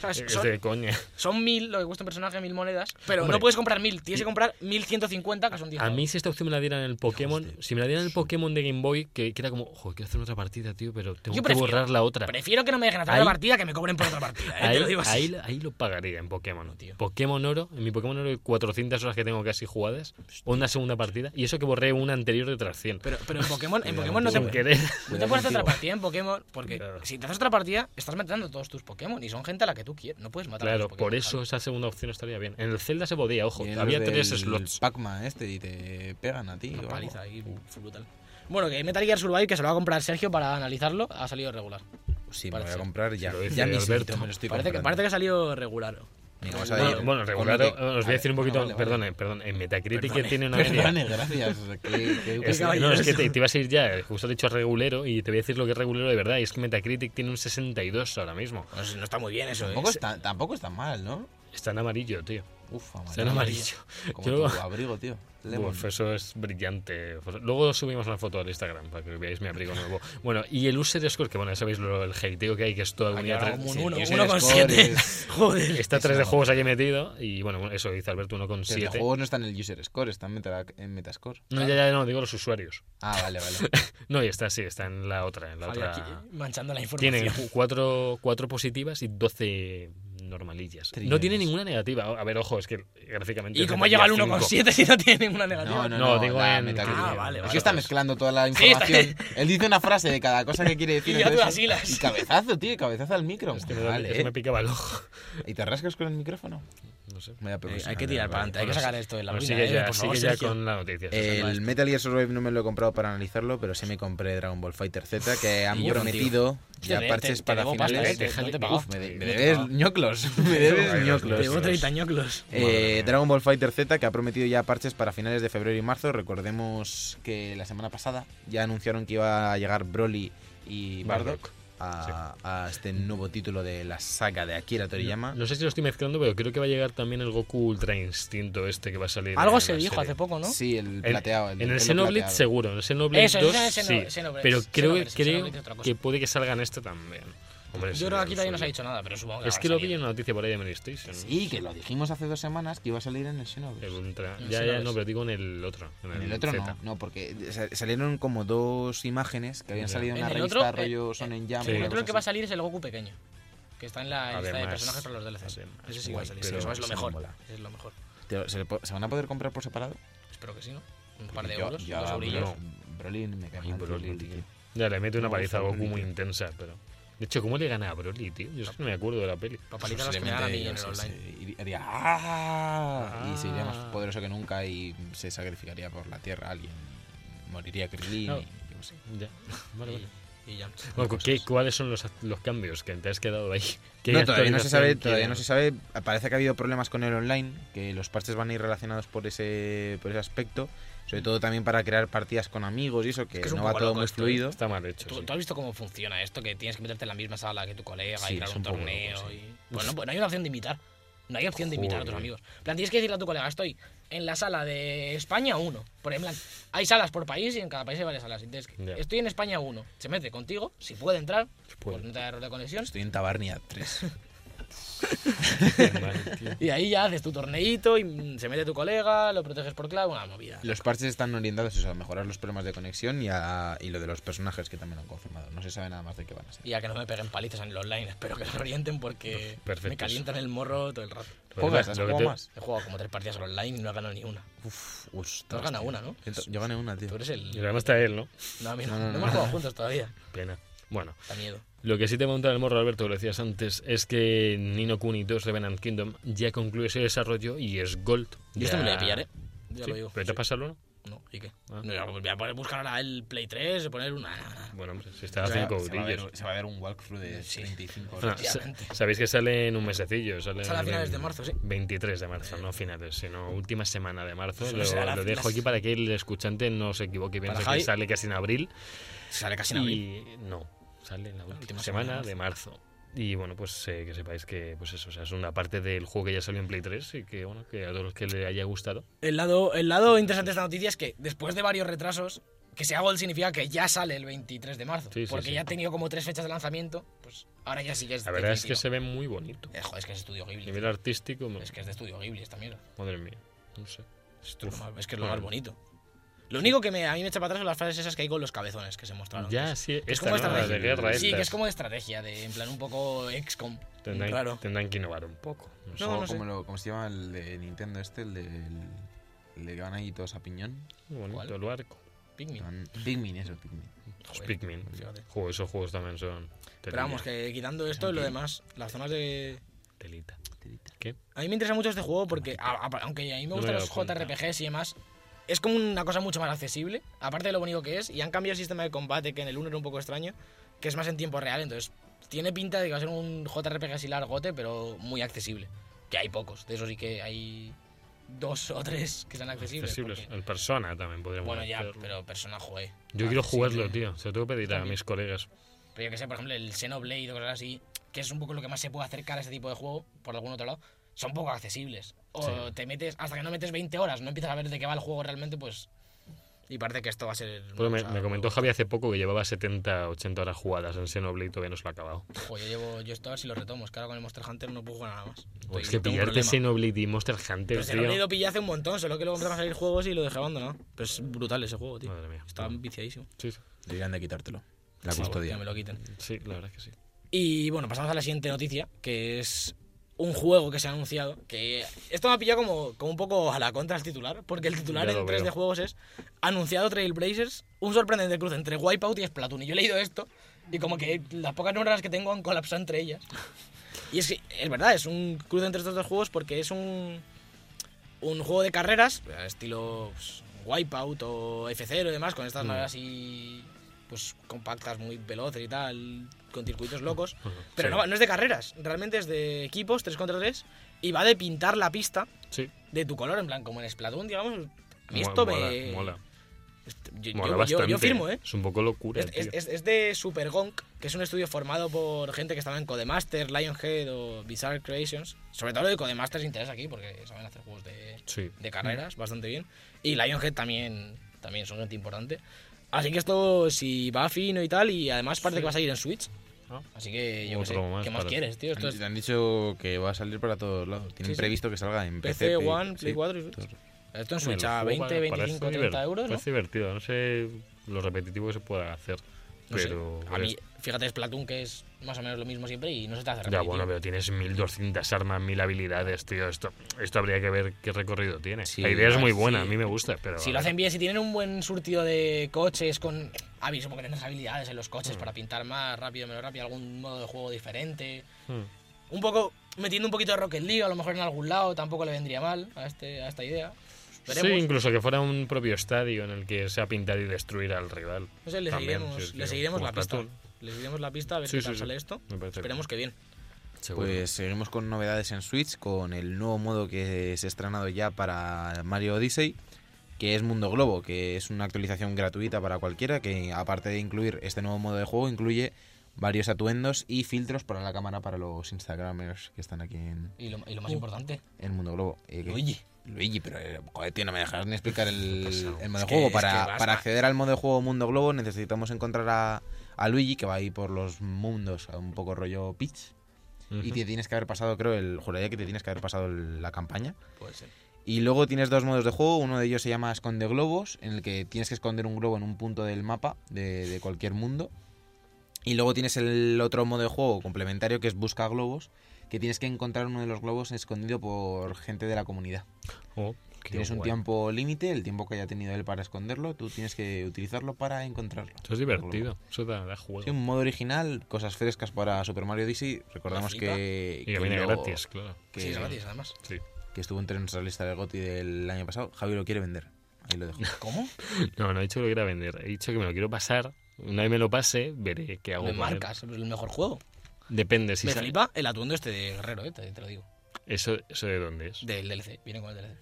¿sabes?
Es
Son,
de coña.
son mil lo que cuesta un personaje, mil monedas. Pero
Hombre.
no puedes comprar mil, tienes que comprar 1150, que son 10.
A mí,
pavos.
si esta opción me la dieran en el Pokémon, si me la dieran en el Pokémon de Game Boy, que, que era como, ojo, quiero hacer otra partida, tío, pero tengo
Yo
que
prefiero-
borrar la otra.
Prefiero que no me dejen hacer
Ahí-
la partida que me cobren por otra partida. ¿eh?
Ahí,
Te lo digo así.
ahí- ahí lo pagaría en Pokémon,
tío.
Pokémon Oro, en mi Pokémon Oro, hay 400 horas que tengo casi jugadas, o una segunda partida, y eso que borré una anterior de 300.
Pero, pero en Pokémon,
*laughs*
en Pokémon no te,
sin querer.
no te puedes hacer otra partida en Pokémon, porque
Claro.
si te haces otra partida, estás matando todos tus Pokémon y son gente a la que tú quieres. No puedes matar a
Claro,
los Pokémon,
por eso esa segunda opción estaría bien. En el Zelda se podía, ojo,
Vienen
había
los
tres
del
slots.
Pac-Man este y te pegan a ti. o
Una
algo.
paliza ahí, fue brutal. Bueno, que Metal Gear Survive, que se lo va a comprar Sergio para analizarlo, ha salido regular.
Sí, me lo voy a
Parece.
comprar ya.
lo dice
Ya mismito
Alberto.
me lo estoy
Parece que,
comprando.
parece que ha salido regular.
Mira, vas a
Bueno,
ir
bueno,
con
regular,
lo
os
que-
voy a decir un poquito,
vale, vale.
perdone, perdón, en Metacritic que tiene una media.
Perdone, gracias. o sea, que- que-
Es,
que-
caballo.
no, es que te, te ibas a ir ya, justo has dicho regulero y te voy a decir lo que es regulero de verdad. Y es que Metacritic tiene un 62 ahora mismo.
Pues no está muy bien eso, ¿eh?
Tampoco está, tampoco está mal, ¿no?
Está en amarillo, tío.
Uf,
Está en amarillo.
Como
Yo-
tu abrigo, tío. Lemon.
Uf, eso es brillante. Pues, Luego subimos una foto al Instagram para que veáis mi abrigo nuevo. Bueno, y el user score, que bueno, ya sabéis lo, el hateo que hay, que es
Ah,
toda
Aquí
una
ahora
tra-
como un
sí,
uno,
user
uno con
score
siete.
es-
*laughs* Joder.
Está
Es
tres de
una
juegos aquí metido y bueno, eso dice Alberto
Pero los
1,7.
juegos no están en el user score, están meta- en Metascore.
No, ya, ya no, digo los usuarios.
Ah, vale, vale.
No, y está, sí, está en la otra, en la
Javi, aquí,
otra.
manchando la información. *laughs*
Tiene cu- cuatro, cuatro positivas y 12 normalillas. No tiene
Trillones.
ninguna negativa. A ver, ojo, es que gráficamente.
¿Y
es
cómo
Metal
llega al
Gear
1,7 si no tiene ninguna negativa?
No, no,
No,
no,
digo
la
en-
Metacritic.
Ah, vale,
Es
vale,
que está
vale.
mezclando toda la
Sí, está-
información. Él dice una frase de cada cosa que quiere decir.
*laughs* Y ya tú
entonces-
asilas.
y cabezazo, tío, y cabezazo al micro.
Es que me, da-
Vale,
eso
eh.
me picaba el ojo.
¿Y te rascas con el micrófono?
No sé.
Vaya pues
Eh,
profesional,
hay que tirar
vale.
para adelante, hay que
Bueno,
sacar esto de la
Bueno,
mina,
Pues sigue
eh,
ya,
por favor,
sigue ya
Sergio.
con la noticia.
El
Esto.
Metal Gear Survive no me lo he comprado para analizarlo, pero sí me compré Dragon Ball Fighter Z, que han
Y yo
prometido
Te
ya
debo-
parches
te- te
para
debo pasta,
finales.
eh, te- no te he pagado.
Uf, me, de-
Sí,
me
no te he
debes
pagado.
ñoclos. *laughs* Me
Ahí
debes
los
ñoclos.
Debo 30 ñoclos.
Madre mía.
Eh, Dragon Ball Fighter Z que ha prometido ya parches para finales de febrero y marzo. Recordemos que la semana pasada ya anunciaron que iba a llegar Broly y Bardock
Bardock,
a, a este nuevo título de la saga de Akira Toriyama.
No sé si lo estoy mezclando, pero creo que va a llegar también el Goku Ultra Instinto este que va a salir.
Algo
en
se
la
dijo
serie.
hace poco, ¿no?
Sí, el
En-
plateado.
En,
de
el
pelo
Xenoblade
plateado.
seguro, en el Xenoblade
Eso, eso
2
es
sí.
Xeno- Xenoblade,
pero creo,
Xenoblade,
creo
Xenoblade es otra cosa.
que puede que salga en este también. Hombre,
Yo
sí,
creo que aquí
lo
todavía no se ha
suyo.
dicho nada, pero supongo que
Es
habrá
que lo vi
salido.
en una noticia por ahí de PlayStation.
Sí, que lo dijimos hace dos semanas que iba a salir en el Xenoblade.
El Ultra.
En
Ya, ya,
Xenoblade.
no, pero digo en el otro. En el,
En el otro
Z.
no, no, porque sa- salieron como dos imágenes que habían
Ya.
salido en una
En el
revista
otro, eh,
rollo Sonen Jam.
sí.
una
El otro
cosa
que va a
así.
salir es el Goku pequeño. Que está en la lista de
Además,
personajes para los DLCs.
además,
Ese sí que va a
guay,
salir. sí,
pero
Eso es lo
eso me
mejor.
mola.
Ese Es lo mejor.
Tío, ¿se, le po- se van a poder comprar por separado?
Espero que sí, ¿no? Un par de
Yo-
euros,
yo
dos
a
eurillos.
Bro- Broly me cae
Ay,
mal,
Broly,
Broly,
tío.
tío.
Ya, le mete una
No,
paliza a Goku
Broly,
muy
tío.
intensa, pero. De hecho, ¿cómo le gana a Broly, tío? Yo es que no me acuerdo de la peli.
Papalitas las que me dan a mí en el online.
Haría ¡ah! Y sería más
Ah.
poderoso que nunca y se sacrificaría por la tierra alguien. Moriría Krillin
No.
y yo qué sé.
*laughs*
Ya. Vale, vale.
Y, y ya. Pues
Bueno, ¿cu- qué- ¿Cuáles son los, los cambios que te has quedado ahí? ¿Qué
No, todavía no se sabe,
actualización
todavía no se
quieren?
sabe. Parece que ha habido problemas con el online, que los parches van a ir relacionados por ese, por ese aspecto, sobre todo también para crear partidas con amigos y eso, que,
que es un
no va
poco
todo
loco
muy
esto,
fluido.
Está mal hecho.
¿Tú,
sí. *laughs*
tú has visto cómo funciona esto? Que tienes que meterte en la misma sala que tu colega
Sí,
y crear
es
un
un poco
torneo.
loco, sí.
y... Pues no, pues no hay una opción de imitar. No hay opción de imitar a tus
Joder.
amigos. En plan, tienes que decirle a tu colega, estoy en la sala de España 1. Por ejemplo, hay salas por país y en cada país hay varias salas. Entonces,
Ya.
estoy en España 1. Se mete contigo, si puede entrar,
puede.
pues no te da error de conexión.
Estoy en Tabarnia 3.
Qué mal, tío.
Y ahí ya haces tu torneito y mm, se mete tu colega, lo proteges por clave, una movida.
Los parches están orientados eso, a mejorar los problemas de conexión y, a, y lo de los personajes que también lo han confirmado. No se sabe nada más de qué van a ser.
Y a que no me peguen palizas en el online, *laughs* espero que lo orienten porque
Perfecto.
me calientan el morro todo el rato.
¿Juegas?
Lo
¿Has
que
jugado
te-
más?
He jugado como tres partidas al online y no he ganado ni una.
Uf,
Tú has ganado una, ¿no?
Yo gané una, tío.
Tú eres
Y
el.
además está él, ¿no?
No, a mí no.
No, no,
No
no.
hemos
*laughs*
jugado juntos todavía.
Pena. Bueno,
Da miedo.
lo que sí te monta el morro, Alberto, que lo decías antes, es que Nino Kuni 2 Revenant Kingdom ya concluye ese desarrollo y es Gold.
Yo esto me lo voy a pillar, ¿eh? Ya
Sí,
lo digo.
¿Pero te
Sí.
has pasado el uno?
No, ¿y qué?
Ah.
No, ya voy a poner- buscar ahora el Play 3, poner una. nah, nah.
Bueno, hombre, si está a 5
se, va a
eurillos.
ver, se va a ver un walkthrough de 35
Ah,
horas.
sa-
efectivamente.
Sabéis que sale en un mesecillo. Sale,
Sale a
en-
finales de marzo, sí. Eh.
23 de marzo, no finales, sino última semana de marzo.
Pues
Lo,
será la-
lo dejo
las-
aquí para que el escuchante no se equivoque y piense
Para
que
Javi.
sale casi en abril.
Sale casi en abril.
Y no, sale en la última,
última
semana,
semana de
de marzo. Y bueno, pues eh, que sepáis que pues eso, o sea, es una parte del juego que ya salió en Play 3 y que bueno, que a todos los que le haya gustado.
El lado, el lado interesante de esta noticia es que después de varios retrasos, que sea Gold significa que ya sale el 23 de marzo.
Sí, sí,
porque
sí.
ya ha tenido como tres fechas de lanzamiento, pues ahora ya sí que es.
La verdad es que
definitivo.
se ve muy bonito.
Eh, joder, es que es estudio
A
Ghibli.
nivel artístico, me-
Es que es de estudio Ghibli esta mierda.
madre mía, no sé.
Es, lo más- es que es lo
Bueno.
más bonito. Lo único que me- a mí me echa para atrás son las frases esas que hay con los cabezones que se mostraron.
Ya,
antes.
sí,
Que
esta, ¿no? La de guerra
Sí, que
estas.
es como de estrategia, de en plan un poco excom.
Tendrán,
Raro.
tendrán que innovar un poco. no sé.
No,
O
no sé.
como, lo- como se llama el de Nintendo este, el de, el, el de que van ahí todos a piñón.
Muy bonito
¿Cuál?
el arco.
Pikmin.
Que van- Pikmin, eso, Pikmin.
Los
Joder,
Pikmin.
fíjate.
Joder, esos juegos también son.
Pero vamos,
telilla,
que quitando esto y lo demás, las zonas de...
Telita.
Tirita.
¿Qué?
A mí me interesa mucho este juego porque, a- a- aunque a mí me
No me
gustan
he
los
dado cuenta.
JRPGs y demás, es como una cosa mucho más accesible, aparte de lo bonito que es, y han cambiado el sistema de combate, que en el 1 era un poco extraño, que es más en tiempo real, entonces tiene pinta de que va a ser un JRPG así largote, pero muy accesible. Que hay pocos, de eso sí que hay dos o tres que sean accesibles.
Accesibles.
porque-
El Persona también podríamos
bueno, ya,
hacerlo.
pero Persona jugué.
Yo quiero
Accesible.
jugarlo, tío. Se lo tengo que pedir a
También.
mis colegas.
Pero yo que sé, por ejemplo, el Xenoblade o cosas así, que es un poco lo que más se puede acercar a ese tipo de juego, por algún otro lado, son poco accesibles. O
Sí.
te metes, hasta que no metes 20 horas, no empiezas a ver de qué va el juego realmente, pues. Y parece que esto va a ser. una
Bueno, Pues me,
cosa-
me
*laughs*
comentó Javi hace poco que llevaba 70, 80 horas jugadas en Xenoblade y todavía no se lo ha acabado.
Ojo, yo llevo. Yo esto a ver si lo retomo, es que ahora con el Monster Hunter no puedo jugar nada más. Estoy-
Pues es que
tengo un
pillarte
problema.
Xenoblade y Monster Hunter,
Pero Xenoblade
tío.
lo pillé hace un montón, solo que luego empezaron a salir juegos y lo dejé abandonado. Pero es brutal ese juego, tío.
Madre mía.
Está viciadísimo.
Sí, sí.
Deberían de quitártelo. La
Por favor, que
custodia.
me lo quiten.
sí, la verdad es que sí.
Y bueno, pasamos a la siguiente noticia, que es un juego que se ha anunciado. Que esto me ha pillado como, como un poco a la contra el titular, porque el titular
Ya lo
en 3 de
veo.
juegos es anunciado Trailblazers, un sorprendente cruce entre Wipeout y Splatoon. Y yo he leído esto y como que las pocas números que tengo han colapsado entre ellas. Y es que es verdad, es un cruce entre estos dos juegos porque es un, un juego de carreras, estilo pues, Wipeout o F0 y demás, con estas
Mm.
maneras y pues compactas muy veloces y tal, con circuitos locos.
Bueno,
Pero
sí.
no, no es de carreras, realmente es de equipos 3 contra 3 y va de pintar la pista
Sí.
de tu color, en plan, como en Splatoon, digamos. A mí
Mo-
esto
mola,
me.
Mola,
Este- yo-
mola
yo- yo,
bastante.
yo firmo, ¿eh?
Es un poco locura,
Es, es-
tío.
es- es de Super Gonk, que es un estudio formado por gente que estaba en Codemaster, Lionhead o Bizarre Creations. Sobre todo lo de Codemaster se interesa aquí porque saben hacer juegos de,
Sí.
de carreras bastante bien. Y Lionhead también, también son gente importante. Así que esto, si va fino y tal, y además parece que va a salir en Switch.
Ah.
Así que yo qué sé,
Otro más
¿qué más
para-
quieres, tío? Esto es
Te han dicho que va a salir para todos lados. Tienen
Sí, sí.
previsto que salga en PC,
PC,
Play-
One,
sí,
Play 4 y Switch.
todo.
Esto en
Hombre, el
Switch a
juego
20,
parece
25,
divertido,
30 euros, ¿no?
Parece divertido. No sé lo repetitivo que se pueda hacer.
No sé.
pero.
A mí, fíjate, Splatoon, que es más o menos lo mismo siempre y no se te hace
Ya,
repetitivo.
bueno, pero tienes 1200 armas, 1000 habilidades, tío. Esto, esto habría que ver qué recorrido tiene.
Sí,
la idea es
a
muy
ver,
buena,
sí.
a mí me gusta, pero.
Si lo hacen bien, si tienen un buen surtido de coches con... Ah, bien, supongo que tendrás habilidades en los
Mm.
coches para pintar más rápido, menos rápido, algún modo de juego diferente.
Hmm.
Un poco, metiendo un poquito de Rocket League, a lo mejor en algún lado, tampoco le vendría mal a, este, a esta idea.
Sí,
Veremos.
incluso que fuera un propio estadio en el que sea pintar y destruir al rival.
no sé, le
También,
seguiremos,
si es que
le seguiremos
como
la pista.
Splatoon.
Le seguiremos la pista a ver
Sí,
qué
sí,
tal
sí.
sale esto.
Me parece
Esperemos que bien.
Seguro.
Pues seguimos con novedades en Switch, con el nuevo modo que se ha estrenado ya para Mario Odyssey, que es Mundo Globo, que es una actualización gratuita para cualquiera, que aparte de incluir este nuevo modo de juego, incluye varios atuendos y filtros para la cámara para los Instagramers que están aquí en,
Y lo, y lo más importante,
en Mundo Globo. Eh, que-
Luigi.
Luigi, pero eh, joder, tío, no me dejas ni explicar el,
Pesado.
el modo
Es
de
que-
juego.
es
para,
que vas
para
a-
acceder al modo de juego Mundo Globo necesitamos encontrar a, a Luigi, que va a ir por los mundos, a un poco rollo Peach.
Ujú.
y te tienes que haber pasado, creo, el juraría que te tienes que haber pasado el- la campaña.
Puede ser.
Y luego tienes dos modos de juego. Uno de ellos se llama Esconde Globos, en el que tienes que esconder un globo en un punto del mapa de, de cualquier mundo. Y luego tienes el otro modo de juego complementario que es Busca Globos, que tienes que encontrar uno de los globos escondido por gente de la comunidad.
Oh, qué
tienes un
guay.
tiempo límite, el tiempo que haya tenido él para esconderlo, tú tienes que utilizarlo para encontrarlo.
Eso es divertido. Eso da, da juego.
Sí, un modo original, cosas frescas para Super Mario Odyssey. Recordamos
La flipa.
que,
y que viene
lo-
gratis, claro.
que-
Sí, es gratis, además.
Sí.
que estuvo entre nuestra lista de GOTI del año pasado. Javi lo quiere vender.
*laughs*
Ahí lo dejo.
¿Cómo?
No, no he dicho que lo quiera vender. He dicho que me lo quiero pasar. Una vez me lo pase, veré qué hago.
Me
con él.
marcas, es el mejor juego.
Depende. Si
me
sale-
flipa el atuendo este de guerrero, eh, te, te lo digo.
¿Eso, ¿Eso de dónde es?
Del DLC, viene con el DLC.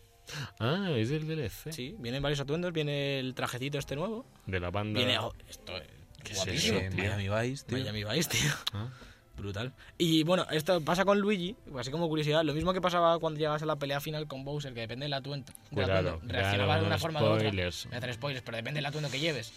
Ah, es del DLC.
Sí, vienen varios atuendos, viene el trajecito este nuevo.
De la banda.
Viene. oh, esto es
¿Qué es
guapísimo.
eso,
Eh,
tío?
Miami Vice, tío.
Miami Vice, tío.
Ah.
Brutal. Y bueno, esto pasa con Luigi, así como curiosidad, lo mismo que pasaba cuando llegabas a la pelea final con Bowser, que depende del atuendo. del
Cuidado,
atuendo,
cuidado,
reaccionaba de
no
una forma u otra.
spoilers.
Voy a hacer spoilers, pero depende del atuendo que lleves.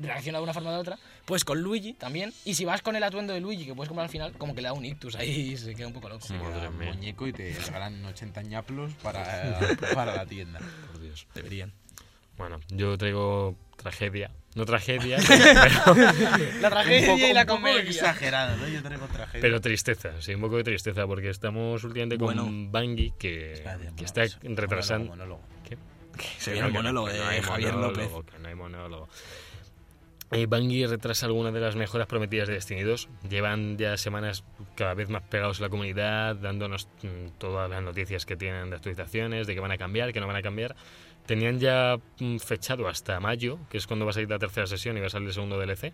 Reacciona de una forma u otra. Pues con Luigi también. Y si vas con el atuendo de Luigi, que puedes comprar al final, como que le da un ictus ahí y se queda un poco loco.
Te
Madre
queda un
mía.
muñeco
*laughs*
y te regalan 80 ñaplos para, para la
*laughs*
tienda.
Por Dios.
Deberían.
Bueno, yo traigo tragedia. No tragedia, *laughs* pero,
La tragedia y la
un poco
comedia.
exagerado, ¿no? Yo traigo tragedia.
pero tristeza. Sí, un poco de tristeza porque estamos últimamente con
Bueno.
Bungie que,
Espérate,
que está
monólogo,
retrasando.
monólogo, monólogo.
¿Qué?
Se viene el
que no,
monólogo
que
de
no hay
Javier
monólogo, Que no hay monólogo. Eh, Bungie retrasa algunas de las mejoras prometidas de Destiny 2. Llevan ya semanas cada vez más pegados a la comunidad, dándonos mm, todas las noticias que tienen de actualizaciones, de que van a cambiar, que no van a cambiar. Tenían ya mm, fechado hasta mayo, que es cuando va a salir la tercera sesión y va a salir el segundo DLC.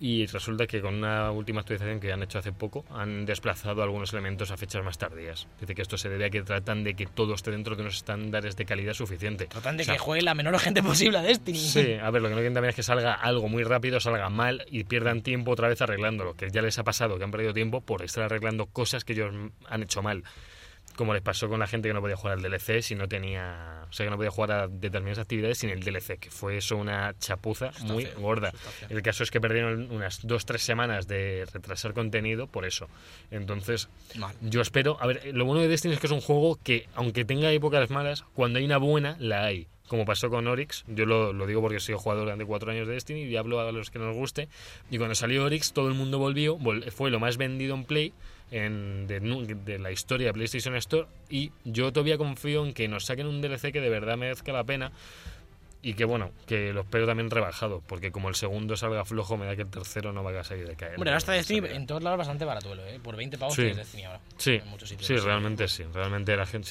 Y resulta que con una última actualización que han hecho hace poco, han desplazado algunos elementos a fechas más tardías. Dice que esto se debe a que tratan de que todo esté dentro de unos estándares de calidad suficiente.
Tratan de
O sea,
que juegue la menor gente posible a Destiny.
Sí, a ver, lo que no quieren también es que salga algo muy rápido, salga mal y pierdan tiempo otra vez arreglándolo, que ya les ha pasado, que han perdido tiempo por estar arreglando cosas que ellos han hecho mal. Como les pasó con la gente que no podía jugar al DLC si no tenía. O sea, que no podía jugar a determinadas actividades sin el DLC, que fue eso una chapuza
Eso está
muy
feo,
gorda.
eso está feo.
El caso es que perdieron unas 2-3 semanas de retrasar contenido por eso. Entonces,
Mal.
yo espero. A ver, lo bueno de Destiny es que es un juego que, aunque tenga épocas malas, cuando hay una buena, la hay. Como pasó con Oryx, yo lo, lo digo porque he sido jugador durante cuatro años de Destiny y hablo a los que nos guste. Y cuando salió Oryx, todo el mundo volvió, vol- fue lo más vendido en Play en- de, nu- de la historia de PlayStation Store. Y yo todavía confío en que nos saquen un DLC que de verdad merezca la pena. Y que bueno, que lo espero también rebajado, porque como el segundo salga flojo, me da que el tercero no va a salir de caer.
Bueno, ahora está Destiny
Salida.
en todos lados bastante baratuelo, ¿eh? Por 20 pavos
Sí.
tienes Destiny ahora.
Sí,
En muchos sitios.
sí, realmente sí. Realmente la gente,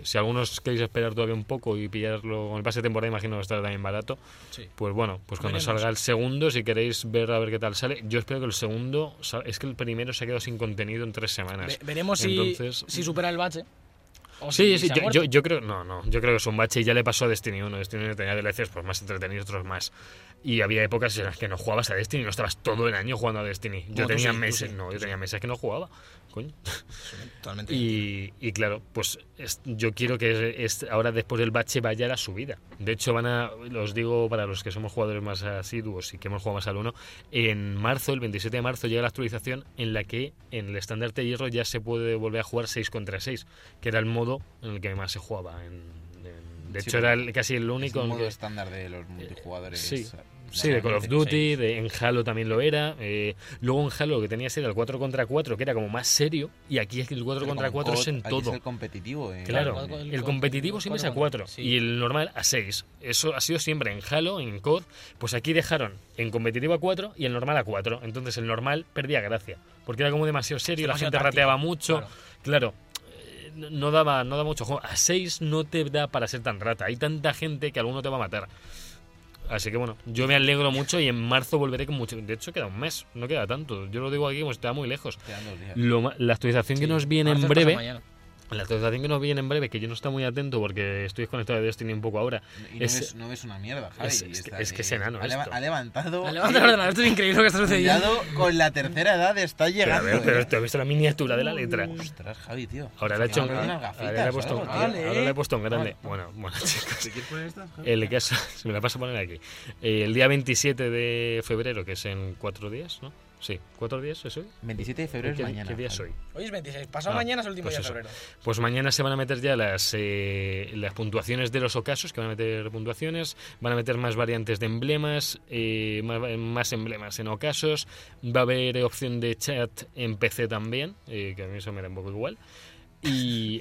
si, si algunos queréis esperar todavía un poco y pillarlo con el pase de temporada, imagino que estará también barato.
Sí.
Pues bueno, pues cuando
Veremos.
salga el segundo, si queréis ver a ver qué tal sale, yo espero que el segundo, sa- es que el primero se ha quedado sin contenido en tres semanas.
Ve- veremos si,
Entonces-
si supera el bache. O
Sí,
si
sí,
se ha
yo,
muerto.
yo- yo creo, no, no, yo creo que es un bache y ya le pasó a Destiny 1. Destiny 1 tenía DLCs pues, más entretenidos, otros más. Y había épocas en las que no jugabas a Destiny, no estabas todo el año jugando a Destiny. Yo
No, tú
tenía
sí, tú
meses,
sí,
no,
tú
yo
sí.
tenía meses que no jugaba. Coño.
Totalmente.
Y, y claro, pues es- yo quiero que es- ahora después del bache vaya la subida. De hecho, van a, los digo para los que somos jugadores más asiduos y que hemos jugado más al 1, en marzo, el 27 de marzo, llega la actualización en la que en el estandarte de hierro ya se puede volver a jugar 6 contra 6, que era el modo en el que más se jugaba. en- en- de
Sí,
hecho, era
pero
el- casi el
Es
único...
un
en
modo
que-
estándar de los multijugadores.
sí. Sí, de Call of
normalmente.
Duty,
sí.
de, en Halo también lo era. eh, luego en Halo lo que tenías era el 4 contra 4, que era como más serio, y aquí es que el 4
Pero
contra
con
4 es
COD
en
hay que
todo.
ser competitivo. eh.
Claro,
Claro,
el,
el
competitivo
cuatro
siempre es a
contra
4
sí.
y el normal a 6. Eso ha sido siempre en Halo, en COD. Pues aquí dejaron en competitivo a 4 y el normal a 4. Entonces el normal perdía gracia porque era como demasiado serio, la
Demasiado
gente
táctico,
rateaba mucho.
claro.
Claro, eh, no- no daba, no daba mucho juego. A 6 no te da para ser tan rata. Hay tanta gente que alguno te va a matar. Así que bueno, yo me alegro mucho y en marzo volveré con mucho. De hecho, queda un mes, no queda tanto. Yo lo digo aquí como si está muy lejos.
Quedan dos días.
Lo ma- la actualización que
Sí.
nos viene en
Marzo es
breve.
pasado mañana.
La actualización que nos viene en breve, que yo no estoy muy atento porque estoy desconectado de Destiny un poco ahora.
Y no,
es-
ves, no ves una mierda, Javi.
es- es que-
está
es que es enano
Ha, leva-
esto.
ha levantado.
Vale, Levanta el ordenador, esto es increíble lo que está sucediendo.
Cuidado con la tercera edad, está
Pero, a
llegando.
ver,
eh.
pero te has visto la miniatura de la letra.
Ostras, Javi, tío.
Ahora le he hecho un-
Ahora unas
ahora
gafitas,
le he puesto un-
algo,
ahora
tío.
le he puesto un grande. Bueno, bueno, chicos.
¿Te quieres poner estas? Javi?
El *laughs* caso, se me la paso a poner aquí. Eh, El día 27 de febrero, que es en cuatro días, ¿no? Sí, ¿cuatro días es hoy?
27 de febrero
¿Qué,
es mañana.
qué día es
Javi.
hoy?
Hoy es 26, pasado
Ah,
mañana es el último
pues
día
eso.
de febrero.
Pues mañana se van a meter ya las, eh, las puntuaciones de los ocasos, que van a meter puntuaciones, van a meter más variantes de emblemas, eh, más, más emblemas en ocasos, va a haber opción de chat en PC también, eh, que a mí eso me da un poco igual.
*laughs*
Y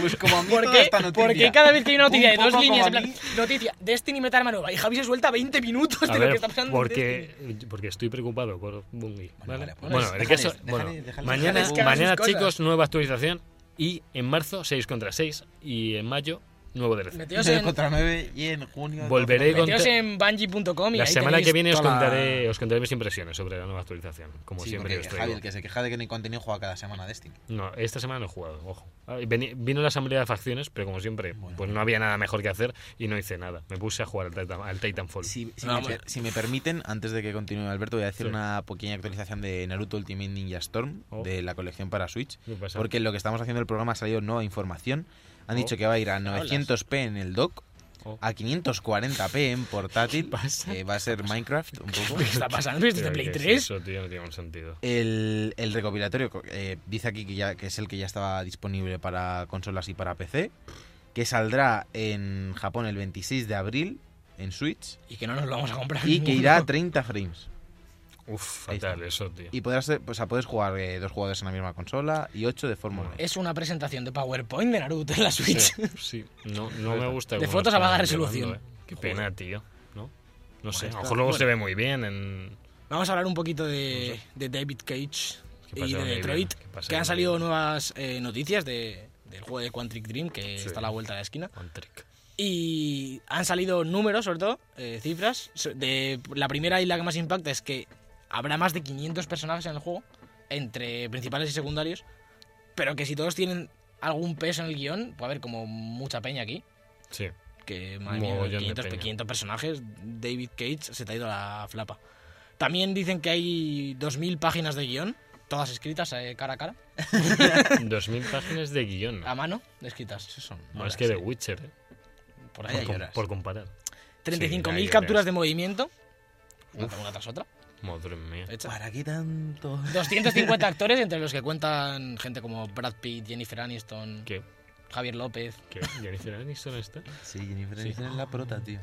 Pues como a mí
¿Por
toda
qué?
esta noticia.
Porque cada vez que hay una noticia
Un
de dos
poco
líneas, en
como a
plan, noticia, Destiny mete arma nueva, y Javi se suelta 20 minutos de
*laughs* a
lo que
ver,
está pasando. en Destiny.
porque, porque estoy preocupado por Bungie.
Bueno,
¿vale?
vale, pues
Bueno,
déjales,
el caso-
déjales,
bueno,
déjales,
mañana,
déjales
que hagan
mañana
sus cosas.
chicos, nueva actualización y en marzo 6 contra 6 y en mayo nuevo DLC.
Meteos
Nueve
en,
contra 9 y en junio.
Volveré
con
con-
meteos en Bungie.com y
La
ahí
semana
tenéis
que viene os
toda la-
contaré, os contaré mis impresiones sobre la nueva actualización, como
Sí,
siempre
porque
os traigo.
Javi, el que se queja de que no hay contenido, juega cada semana a Destiny.
No, esta semana no he jugado, ojo. Ah, y veni- Vino la asamblea de facciones, pero como siempre,
Bueno.
pues no había nada mejor que hacer y no hice nada. Me puse a jugar al, Titan- al Titanfall.
Si, si
No,
me,
bueno.
si me permiten, antes de que continúe Alberto, voy a decir
Sí.
una pequeña actualización de Naruto Ultimate Ninja Storm,
Oh.
de la colección para Switch.
¿Qué pasa?
Porque en lo que estamos haciendo el programa ha salido nueva información. Han
Oh.
dicho que va a ir a
hablas?
900p en el dock,
Oh.
a 540p en portátil.
pasa?
eh, va a ser Minecraft un poco.
¿Qué está pasando? ¿Es de
Pero
¿Este
Play
¿qué es
3?
Eso, tío, no tiene un sentido.
El, el recopilatorio co- eh, dice aquí que, ya, que es el que ya estaba disponible para consolas y para PC, que saldrá en Japón el 26 de abril en Switch
Y que no nos lo vamos a comprar.
y que
ninguno.
irá a 30 frames.
Uf,
Ahí está.
fatal eso, tío.
Y podrás, eh, pues, o sea, puedes jugar eh, dos jugadores en la misma consola y ocho de forma online.
Es una presentación de PowerPoint de Naruto en la Switch.
Sí, sí. no, no me gusta.
De
cómo lo
fotos a
están
baja
llevando,
resolución.
eh. Qué pena, tío. No, no sé, a lo
está.
mejor luego se ve muy bien en...
Vamos a hablar un poquito de, de David
¿Qué
Cage y
pasa
de
con David?
Detroit,
¿Qué pasa
que han
con
salido
David?
nuevas eh, noticias de- del juego de Quantic Dream, que
Sí.
está a la vuelta de la esquina.
One Trick.
Y han salido números, sobre todo, eh, cifras. So- De la primera y la que más impacta es que habrá más de 500 personajes en el juego, entre principales y secundarios, pero que si todos tienen algún peso en el guión, puede haber como mucha peña aquí.
*laughs*
Sí.
Que madre mía,
Mogollón de
500,
peña.
500 personajes, David Cage se te ha ido la flapa. También dicen que hay 2.000 páginas de guión, todas escritas eh, cara a cara,
2.000 páginas de guión.
a mano, escritas,
Eso son
Más
horas,
que de
Ah, sí.
Witcher, eh.
por
Ahí hay
ejemplo.
Com-
horas.
por comparar. Sí,
35.000
hay
capturas
horas.
de movimiento, una tras otra,
Madre mía.
hechas.
¿Para qué tanto?
*laughs*
250 actores, entre los que cuentan gente como Brad Pitt, Jennifer Aniston,
¿Qué? *laughs*
Javier López.
¿Qué? ¿Jennifer Aniston está?
Sí, Jennifer Aniston es la prota, tío.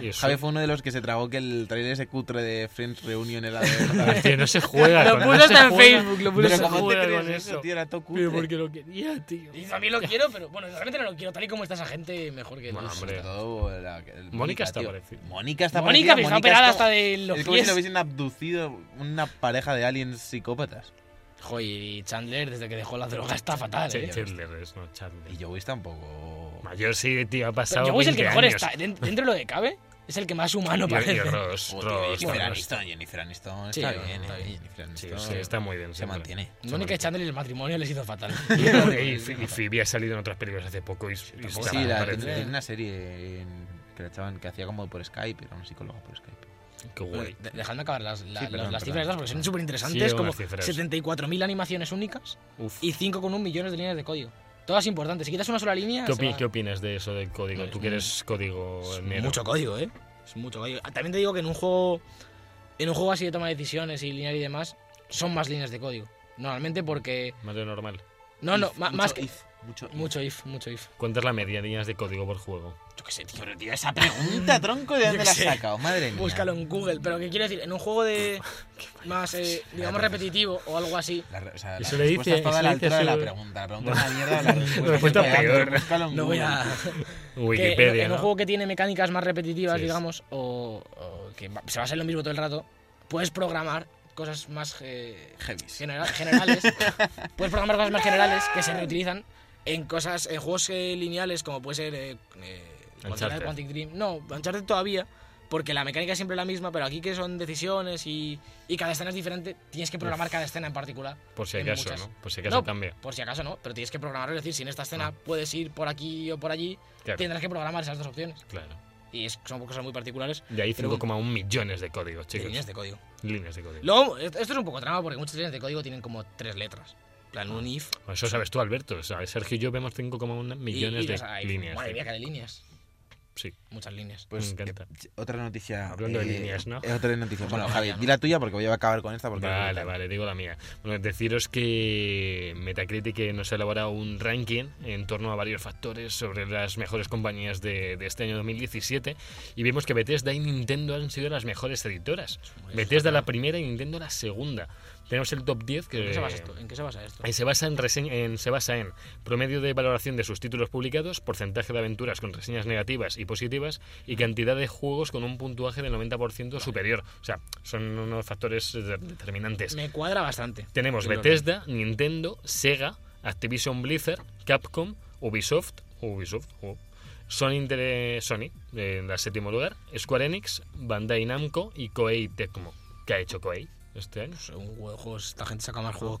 Y eso-
Javi fue uno de los que se tragó que el trailer ese cutre de Friends
*laughs*
Reunion era de verdad.
Ah, tío, no se juega.
*laughs* Lo
con-
puso
no se *laughs*
hasta en
juega.
Facebook, lo
No
puso
Pero
se
hasta en
¿cómo te
juega con
crees
eso.
eso, tío? Era todo cutre.
Pero porque lo quería, tío.
Y también lo quiero, pero bueno, realmente no lo quiero. Tal y como está esa gente, mejor que
Bueno,
no sé.
hombre.
Sobre todo la- el
Mónica está
tío.
parecida.
Mónica está
Mónica,
parecida,
pero está
Mónica
operada
está-
hasta de los
Es como si
pies.
le hubiesen abducido una pareja de aliens psicópatas.
Joder, y Chandler, desde que dejó la droga, está fatal.
Ch-
¿eh?
Chandler es, no Chandler.
Y Joey tampoco.
Mayor sí, tío, ha
Pero
pasado
Joey es el
20
que mejor
años.
está. Den- Dentro de lo que cabe, es el que más humano
Y- y
parece.
Ross,
Oh, tío,
Ross,
Jennifer
Ross.
Aniston, Jennifer Aniston
Sí,
está bien,
está
eh,
bien.
Jennifer
Sí,
Aniston
sí, está muy bien.
se
siempre.
mantiene.
*laughs* Mónica y Chandler, el matrimonio les hizo fatal. *laughs*
Y, Ph- y Phoebe ha salido en otras películas hace poco y, y está
Sí,
mal,
la,
parece.
tiene tiene una serie en- que la echaban que hacía como por Skype, era una psicóloga por Skype.
Qué guay.
De- Dejadme acabar las, la-
Sí, perdón,
las
perdón.
cifras estas, porque son súper interesantes.
Sí,
como
unas cifras.
74.000 animaciones únicas
Uf.
y 5,1 millones de líneas de código. Todas importantes. Si quitas una sola línea.
¿Qué,
se
opi-
va-
qué opinas de eso del código?
No,
Tú
es
que eres código
Es
nero.
mucho código, ¿eh? Es mucho código. Ah, También te digo que en un juego. En un juego así de toma de decisiones y lineal y demás, son más líneas de código. Normalmente porque.
Más de lo normal.
No, no,
If,
ma-
mucho
más que.
if, mucho, if.
Mucho if, mucho if.
¿Cuántas la media de líneas de código por juego?
Yo qué sé, tío.
Pero tío, esa pregunta, tronco, ¿de
Yo
dónde
qué
la has
sé.
sacado? Madre
*laughs*
mía.
Búscalo en Google. Pero ¿qué quiero decir? En un juego de. más, eh, digamos,
Vaya,
repetitivo o algo así.
La, re- o sea,
Eso le
la respuesta
dice-
está a
eso
la
le dice
altura de la
su-
pregunta. La pregunta es una mierda, la respuesta,
respuesta
es pegando,
peor.
búscalo en
No voy
Google.
a. que en-
Wikipedia.
en,
¿no?
un juego que tiene mecánicas más repetitivas,
Sí, sí.
digamos, o, o que va- se va a hacer lo mismo todo el rato, puedes programar cosas más eh,
Heavies.
genera- generales. *laughs* puedes programar cosas más generales que se reutilizan en cosas, en juegos eh, lineales como puede ser eh, eh, cualquiera
Uncharted.
de Quantic Dream. No, Uncharted todavía, porque la mecánica es siempre la misma, pero aquí que son decisiones y, y cada escena es diferente, tienes que programar cada escena en particular.
Por si
en
acaso,
muchas.
¿no? Por si acaso
No,
cambia.
Por si acaso no, pero tienes que programarlo, es decir, si en esta escena puedes ir por aquí o por allí,
Ah. Claro.
tendrás que programar esas dos opciones.
Claro.
Y es- son cosas muy particulares.
De ahí
Pero bueno.
5,1 millones de códigos,
de
chicos.
líneas de código.
Líneas de código.
Luego, esto esto es un poco trama porque muchas líneas de código tienen como tres letras. En plan,
Ah.
un if.
Bueno, Eso sabes tú, Alberto. ¿sabes? Sergio y yo vemos 5,1
y-
millones
y las
de
hay-
líneas.
Madre
de-
mía, que de líneas.
Sí.
Muchas líneas.
Pues
Me encanta.
eh, otra noticia.
Hablando de líneas, ¿no?
eh, Otra noticia. Bueno, Javi,
¿no?
di la tuya porque voy a acabar con esta. Porque
Vale, vale, digo la mía. Bueno, deciros que Metacritic eh, nos ha elaborado un ranking en torno a varios factores sobre las mejores compañías de, de este año 2017 y vimos que Bethesda y Nintendo han sido las mejores editoras.
muy
Bethesda la primera y Nintendo la segunda. Tenemos el top 10 que...
¿En qué se basa esto? ¿En qué se basa esto?
Eh, Se basa, en rese- en- se basa en promedio de valoración de sus títulos publicados, porcentaje de aventuras con reseñas negativas y positivas y cantidad de juegos con un puntuaje del 90% superior. O sea, son unos factores eh, de- determinantes.
Me cuadra bastante.
Tenemos
Yo lo
Bethesda, Nintendo, Sega, Activision Blizzard, Capcom, Ubisoft, Ubisoft, oh, Sony, Inter- Sony eh, en el séptimo lugar, Square Enix, Bandai Namco y Koei Tecmo. ¿Qué ha hecho Koei este año?
Según pues, juegos, esta gente saca más juegos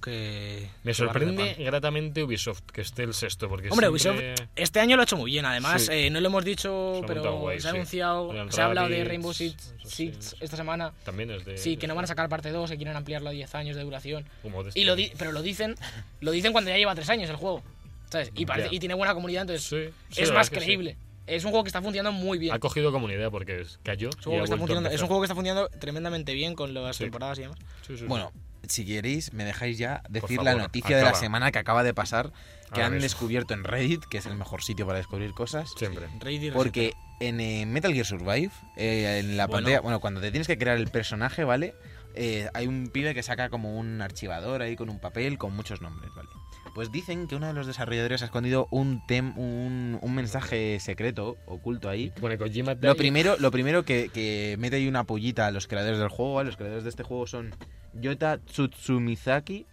Me
que. que barra de
sorprende
pan.
gratamente Ubisoft, que esté el sexto, porque
Hombre,
siempre-
Ubisoft este año lo ha hecho muy bien, además.
Sí.
eh, no lo hemos dicho,
Se ha
pero
montado guay,
se ha
sí.
anunciado.
Eran
se ha hablado de
Rabbids,
Rainbow Six,
eso sí, Eh,
Six
eso sí.
esta semana.
también es de...
Sí, que no van a sacar parte 2, que quieren ampliarlo a 10 años de duración.
Como de
Y
este-
lo di- pero lo dicen, lo dicen cuando ya lleva 3 años el juego. ¿Sabes? Y, parece-
Ya.
y tiene buena comunidad, entonces
Sí, sí,
es
la
más
verdad que sí.
creíble. Es un juego que está funcionando muy bien.
Ha cogido comunidad porque es- cayó
Es
y
un,
ha
juego que
vuelto
está
a
funcionando, es un
empezar.
juego que está funcionando tremendamente bien con las
Sí.
temporadas y demás.
Sí, sí, sí.
Bueno, si queréis, me dejáis ya decir
Mm. favor,
la noticia de la
acaba.
semana que acaba de pasar, que
Ahora
han
mismo.
descubierto en Reddit, que es el mejor sitio para descubrir cosas.
Siempre.
Raid y
Porque en eh, Metal Gear Survive, eh, en la
Bueno.
pantalla, bueno, cuando te tienes que crear el personaje, ¿vale? Eh, hay un pibe que saca como un archivador ahí con un papel con muchos nombres, ¿vale? Pues dicen que uno de los desarrolladores ha escondido un, tem un, un mensaje secreto, oculto ahí.
Bueno, Kojima...
Lo primero, lo primero que, que mete ahí una pollita a los creadores del juego, ¿vale? los creadores de este juego son Yota Tsutsumizaki,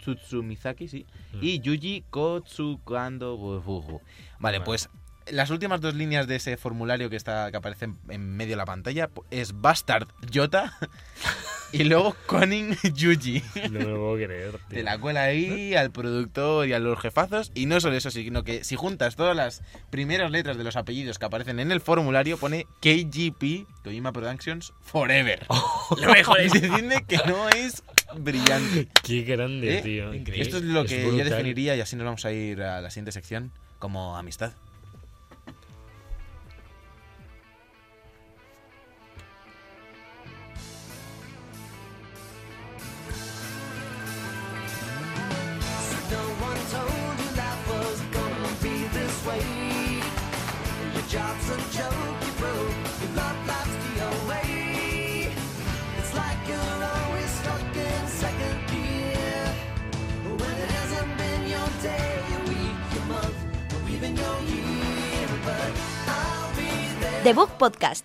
Tsutsumizaki, sí, y Yuji Kotsukando. Vale,
Vale.
pues las últimas dos líneas de ese formulario que está que aparece en, en medio de la pantalla pu- es Bastard Yota *laughs* y luego Conin Yuji.
No me lo puedo
*laughs*
creer, tío.
Te la cuela ahí al productor y a los jefazos. Y no solo eso, sino que si juntas todas las primeras letras de los apellidos que aparecen en el formulario, pone KGP, Kojima Productions,
*laughs*
*laughs* Forever.
Lo mejor
Y
es.
se entiende que no es brillante.
Qué grande,
¿Eh?
tío.
Increíble.
Esto es lo que yo
brutal.
definiría, y así nos vamos a ir a la siguiente sección, como amistad.
No one told you life was gonna be this way. Your job's a joke, you broke. Your love life's the way. It's like you're always stuck in second gear. When it hasn't been your day, your week, your month, or even your year. But I'll be there.
The Book Podcast.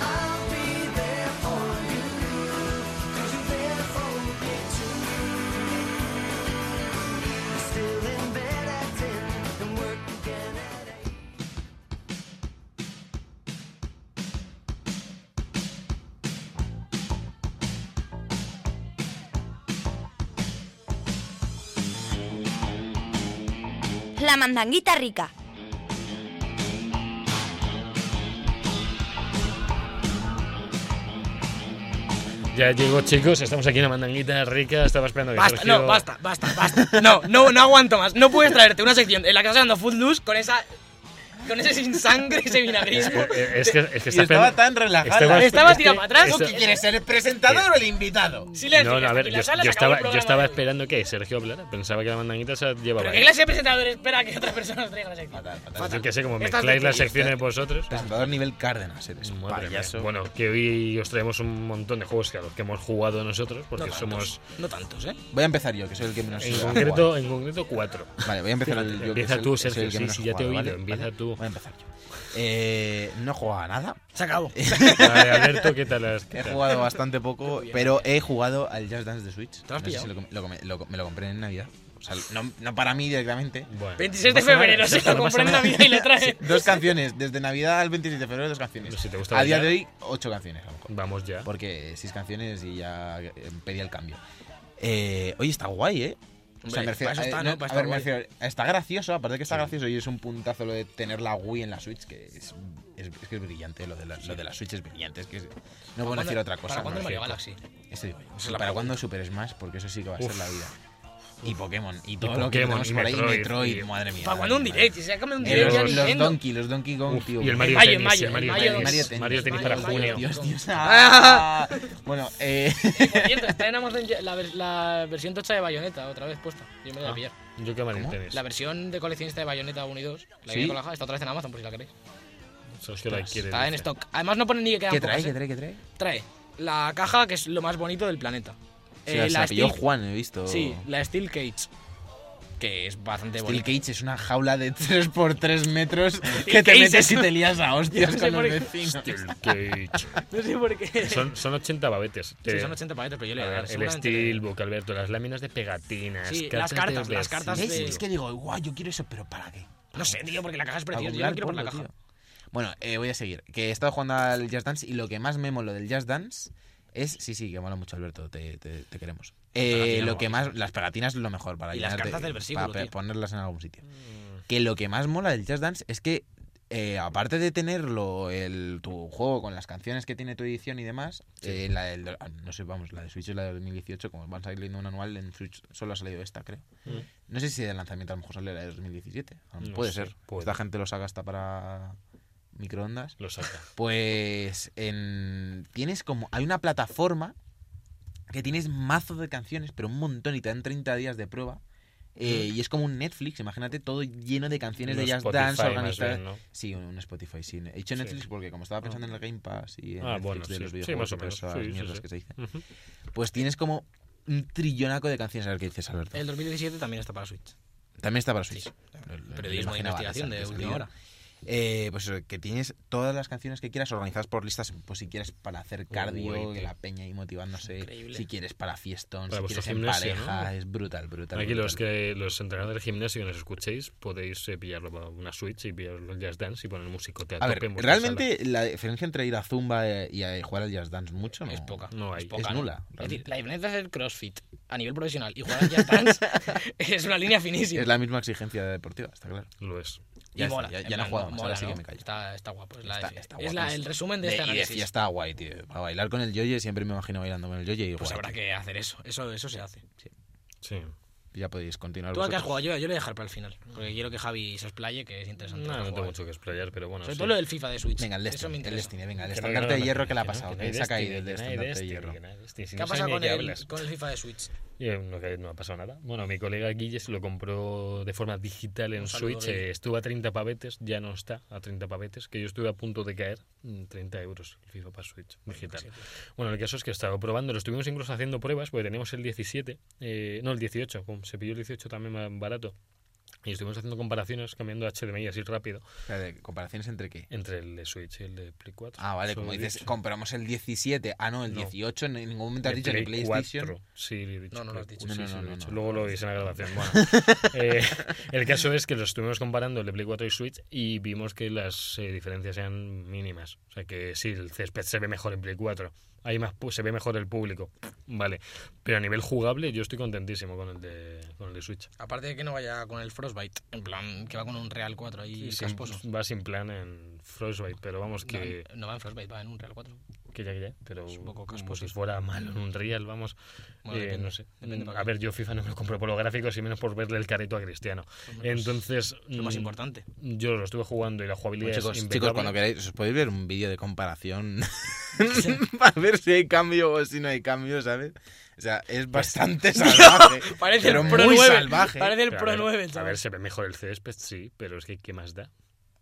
I'll be there for you. Cause you're there for me too. Still in bed at 10 and work again at 8.
La mandanguita rica.
Ya llegó, chicos. Estamos aquí en la mandanguita rica. Estaba esperando que
Basta,
Sergio-
no, basta, basta, basta. No, no, no aguanto más. No puedes traerte una sección en la que estás hablando full loose con esa. con ese sin sangre, ese vinagrismo.
Eh, Es que, es que está esperando-
relajada.
Estaba
es que-
tirada para atrás,
esta-
¿o qué quieres?
ser el presentador o el invitado?
Silencio.
No, no,
ya
a
está
ver,
aquí
yo,
la sala,
yo
se acabó
estaba,
el
yo
programa
estaba
de hoy.
esperando que Sergio hablara. Pensaba que la mandanguita se la llevaba.
¿Pero
él.
qué clase de presentador espera que otra persona os traiga la sección?
Fatal, fatal.
Yo que sé, como
Estás
mezcláis las
despedido.
secciones vosotros.
Presentador nivel Cárdenas, eres un
Madre mía.
payaso.
Bueno, que hoy os traemos un montón de juegos que a los que hemos jugado nosotros, porque somos
No tantos, ¿eh?
Voy a empezar yo, que soy el que menos.
en
ha
concreto, en concreto
*laughs*
cuatro.
jugado. Vale, voy a empezar el- yo. que
Empieza
soy el-
tú,
soy el
Sergio,
que
sí,
menos
sí,
ha
ya te he
jugado,
oído,
¿vale?
empieza
Vale,
tú.
Voy a empezar yo. Eh, no he jugado
*laughs*
a nada.
Se acabó.
Eh, Vale, Alberto, ¿qué tal? has- qué
He
tal?
jugado bastante poco, pero he jugado al Just Dance de Switch.
¿Te lo has
No sé si
pillado?
lo com- lo com- lo com- me lo compré en Navidad. O sea, no, no para
*laughs*
mí directamente.
Bueno,
26
no
de
pasa nada,
febrero, se
Sergio,
lo
no pasa
compré en
nada.
Navidad y lo trae.
Dos canciones, desde Navidad al 26 de febrero, dos canciones.
Si te gusta
a día de
bailar.
hoy, ocho canciones a lo mejor.
Vamos ya.
Porque seis canciones y ya eh, pedí el cambio. Eh, oye, está guay, ¿eh? O sea,
Hombre,
me refiero-
para eso
eh,
está,
no,
¿no? Para
a
estar
ver, me
guay.
refiero, está gracioso, aparte de que está gracioso y es un puntazo lo de tener la Wii en la Switch, que es, es, es que es brillante, lo de, la, lo de la Switch es brillante, es que es- no puedo
cuándo-
decir otra cosa.
para cuándo
no
el Mario
sé.
Galaxy?
Eso digo yo. para cuándo Super Smash, porque eso sí que va a ser la vida. Y Pokémon, y todo lo que
Pokémon,
tenemos
y
por ahí,
Metroid,
Metroid, Metroid
y-
madre mía.
Para
madre
cuando un
mía.
direct, si se acaban un
Eh,
direct ya
los, los
Nintendo.
Donkey, los Donkey Kong, tío.
y el Mario
mayo, en
Tennis, el
mayo,
Mario
mayo,
Tennis,
Mario Tennis.
Mario Tennis
mayo,
para
mayo,
junio.
Dios, *laughs* Dios.
Ah.
ah. Bueno, eh.
Por cierto, está en Amazon ya- la, ver- la versión tocha de Bayonetta otra vez puesta. Yo
Ah.
me la voy a pillar.
Yo que Mario
¿Cómo?
Tennis.
La versión de coleccionista de Bayonetta 1 y 2, la
¿Sí?
que con la está otra vez en Amazon por si la queréis.
Sos que la quiere,
Está en
dice.
stock. Además no pone ni que quedan
¿Qué
pocas,
trae?
¿eh?
¿Qué trae? ¿Qué trae?
Trae la caja que es lo más bonito del planeta.
Se
Eh,
la- se la pilló
Steel-
Juan, he visto.
Sí, la Steel Cage. Que es bastante
Steel
bonita.
Cage es una jaula de *laughs* 3x3 metros que te
Cage
metes
es-
y te lías a hostias
sé
con los
por qué.
vecinos.
Steel
*laughs*
Cage.
No sé por
*laughs*
qué.
Son, son 80 babetes.
Sí,
Eh,
son 80 paletas, pero yo le
a
voy a
ver,
dar.
el
seguramente le-
Steelbook, Alberto, las láminas de pegatinas.
Sí, las cartas, las cartas
¿Ves?
de-
Es que digo, guau, yo quiero eso, pero ¿para qué?
No sé, tío, porque la caja es
Para
preciosa. Yo
googlear
la quiero por la
porno,
caja.
tío. Bueno, eh, voy a seguir. Que he estado jugando al Just Dance y lo que más me molo del Just Dance es. Sí, sí, que mola mucho, Alberto, te, te- te queremos. Eh,
pegatinas
lo que más. Las pegatinas lo mejor para
Y las
llenarte- eh,
cartas del versículo,
Para pe-
tío. Mm.
ponerlas en algún sitio. Que lo que más mola del Just Dance es que. eh, aparte de tenerlo el, tu juego con las canciones que tiene tu edición y demás, eh, la del, ah, no sé, vamos, la de Switch es la de 2018, como van saliendo un anual, en Switch solo ha salido esta, creo. No sé si de lanzamiento a lo mejor sale la de 2017. a lo mejor
No
puede
sé,
ser.
puede.
Esta gente lo saca hasta para microondas.
Lo
*laughs*
saca. Ah,
Pues en- tienes como... Hay una plataforma que tienes mazo de canciones, pero un montón, y te dan 30 días de prueba. Eh, Y es como un Netflix, imagínate, todo lleno de canciones
Mm. Un
de Just
Spotify,
Dance
más
organizadas.
bien, ¿no?
Sí, un, un Spotify, sí. He dicho
Sí.
Netflix porque como estaba pensando en el Game Pass y en
Ah,
Netflix
bueno,
de
sí.
los
Sí,
videojuegos
más o
y todas
menos.
esas
Sí, sí,
mierdas
sí.
que se dicen.
Ujú.
Pues tienes como un trillonaco de canciones. A ver qué dices, Alberto.
El 2017 también está para Switch.
También está para Switch.
Sí.
Lo- lo-
Periodismo
me
de
imaginaba,
investigación de
esa- esa
última
idea.
hora.
Eh, pues eso, que tienes todas las canciones que quieras organizadas por listas, pues si quieres para hacer cardio,
Uy,
que
tío.
la peña ahí motivándose,
Increíble.
si quieres para fiestón,
Para
si
vuestro
quieres en
gimnasio,
pareja,
¿no?
es brutal, brutal.
Aquí
brutal.
los que los entrenadores del gimnasio que nos escuchéis podéis eh, pillarlo para una Switch y pillar los Just Dance y poner musicote a,
A ver,
tope en vuestra
realmente la diferencia entre ir a Zumba eh, y a jugar al Jazz Dance mucho no
Es poca.
No hay.
Es, poca,
Es
¿no?
nula,
Es decir,
realmente.
la diferencia del CrossFit a nivel profesional y jugar al Just
*laughs*
Dance es una línea finísima.
Es la misma exigencia deportiva, está claro.
sala. lo es.
Y
Ya está,
mola.
ya-
en
ya no
plan,
he jugado más,
mola,
ahora sí
¿no?
que me callo.
Está, está guapo. Es, la
Está-
de-
está
es
guapo,
la- el
está-
resumen de, este
y de
análisis.
fiesta guay, tío. Para bailar con el yoyo siempre me imagino bailando con el yoyo y
Pues
guay,
habrá
tío.
que hacer eso. Eso, eso se hace.
Sí.
Ya podéis continuar
¿Tú a qué has
vosotros.
jugado? Yo, yo le voy a dejar para el final. Porque quiero que Javi se explaye, que es interesante.
No,
para
no tengo
jugar.
mucho que explayar, pero bueno.
Sobre
sí.
todo lo del FIFA de Switch.
Venga, el
Eso me
Destiny, el este,
interesa.
Destiny, venga, el
Que no,
estandarte
no,
de
no,
hierro que le ha
no,
pasado,
no
que
hay
se ha caído el
Destiny, que no hay
estandarte de este
Destiny,
hierro.
que no hay Destiny. Si
¿Qué
no
ha
sabes
pasado
ni de
con
qué
el,
hablas.
con el FIFA de Switch?
Y, eh, No, que no ha pasado nada. Bueno, mi colega Guilles lo compró de forma digital en
Un saludo,
Switch. eh,
Guille.
estuvo a 30 pavetes, ya no está a 30 pavetes, que yo estuve a punto de caer. mm, 30 euros el FIFA para Switch digital. Bueno, el caso es que he estado probando, lo estuvimos incluso haciendo pruebas, porque teníamos el 17, eh, no el 18, como se pilló el 18 también más barato. Y estuvimos haciendo comparaciones, cambiando HDMI así rápido,
O sea, de ¿Comparaciones entre qué?
entre el de Switch y el de Play 4.
Ah, vale,
Solo
como
he
dices,
dicho.
compramos el 17. Ah, no, el
No.
18. En ningún momento has
De
dicho ni
Play
PlayStation.
4. Sí, le he dicho
No, no lo has
Play-
dicho.
sí,
No, no,
sí,
no,
lo he
no,
dicho.
no.
Luego lo veis en la
*laughs*
grabación. Bueno, eh, el caso es que los estuvimos comparando el de Play 4 y Switch y vimos que las eh, diferencias eran mínimas. O sea que sí, el césped se ve mejor en Play 4. Hay más, pu- se ve mejor el público. Vale. Pero a nivel jugable yo estoy contentísimo con el de, con el de Switch.
Aparte de que no vaya con el Frostbite, en plan, que va con un Real 4 ahí
Sin-
casposo.
va sin plan en Frostbite, pero vamos que...
No, no va en Frostbite, va en un Real 4.
Que ya, que ya, pero
un poco
como
casposo.
si fuera malo en un real, vamos.
Bueno,
eh,
depende,
no sé.
depende para
a
qué.
ver, yo FIFA no me lo compro por los gráficos y menos por verle el careto a Cristiano. Entonces,
Pues Lo más
mm,
importante.
yo lo estuve jugando y la jugabilidad
Bueno,
es
chicos,
impecable.
chicos, cuando queráis, os podéis ver un vídeo
*laughs*
de comparación *laughs* para ver si hay cambio o si no hay cambio, ¿sabes? O sea,
Pues,
es
*laughs*
bastante salvaje.
Parece
pero
el Pro
muy
9.
salvaje.
Parece el
Pero
Pro
a ver,
9,
A
chaval.
ver, se ve mejor el césped, sí, pero es que ¿qué más da?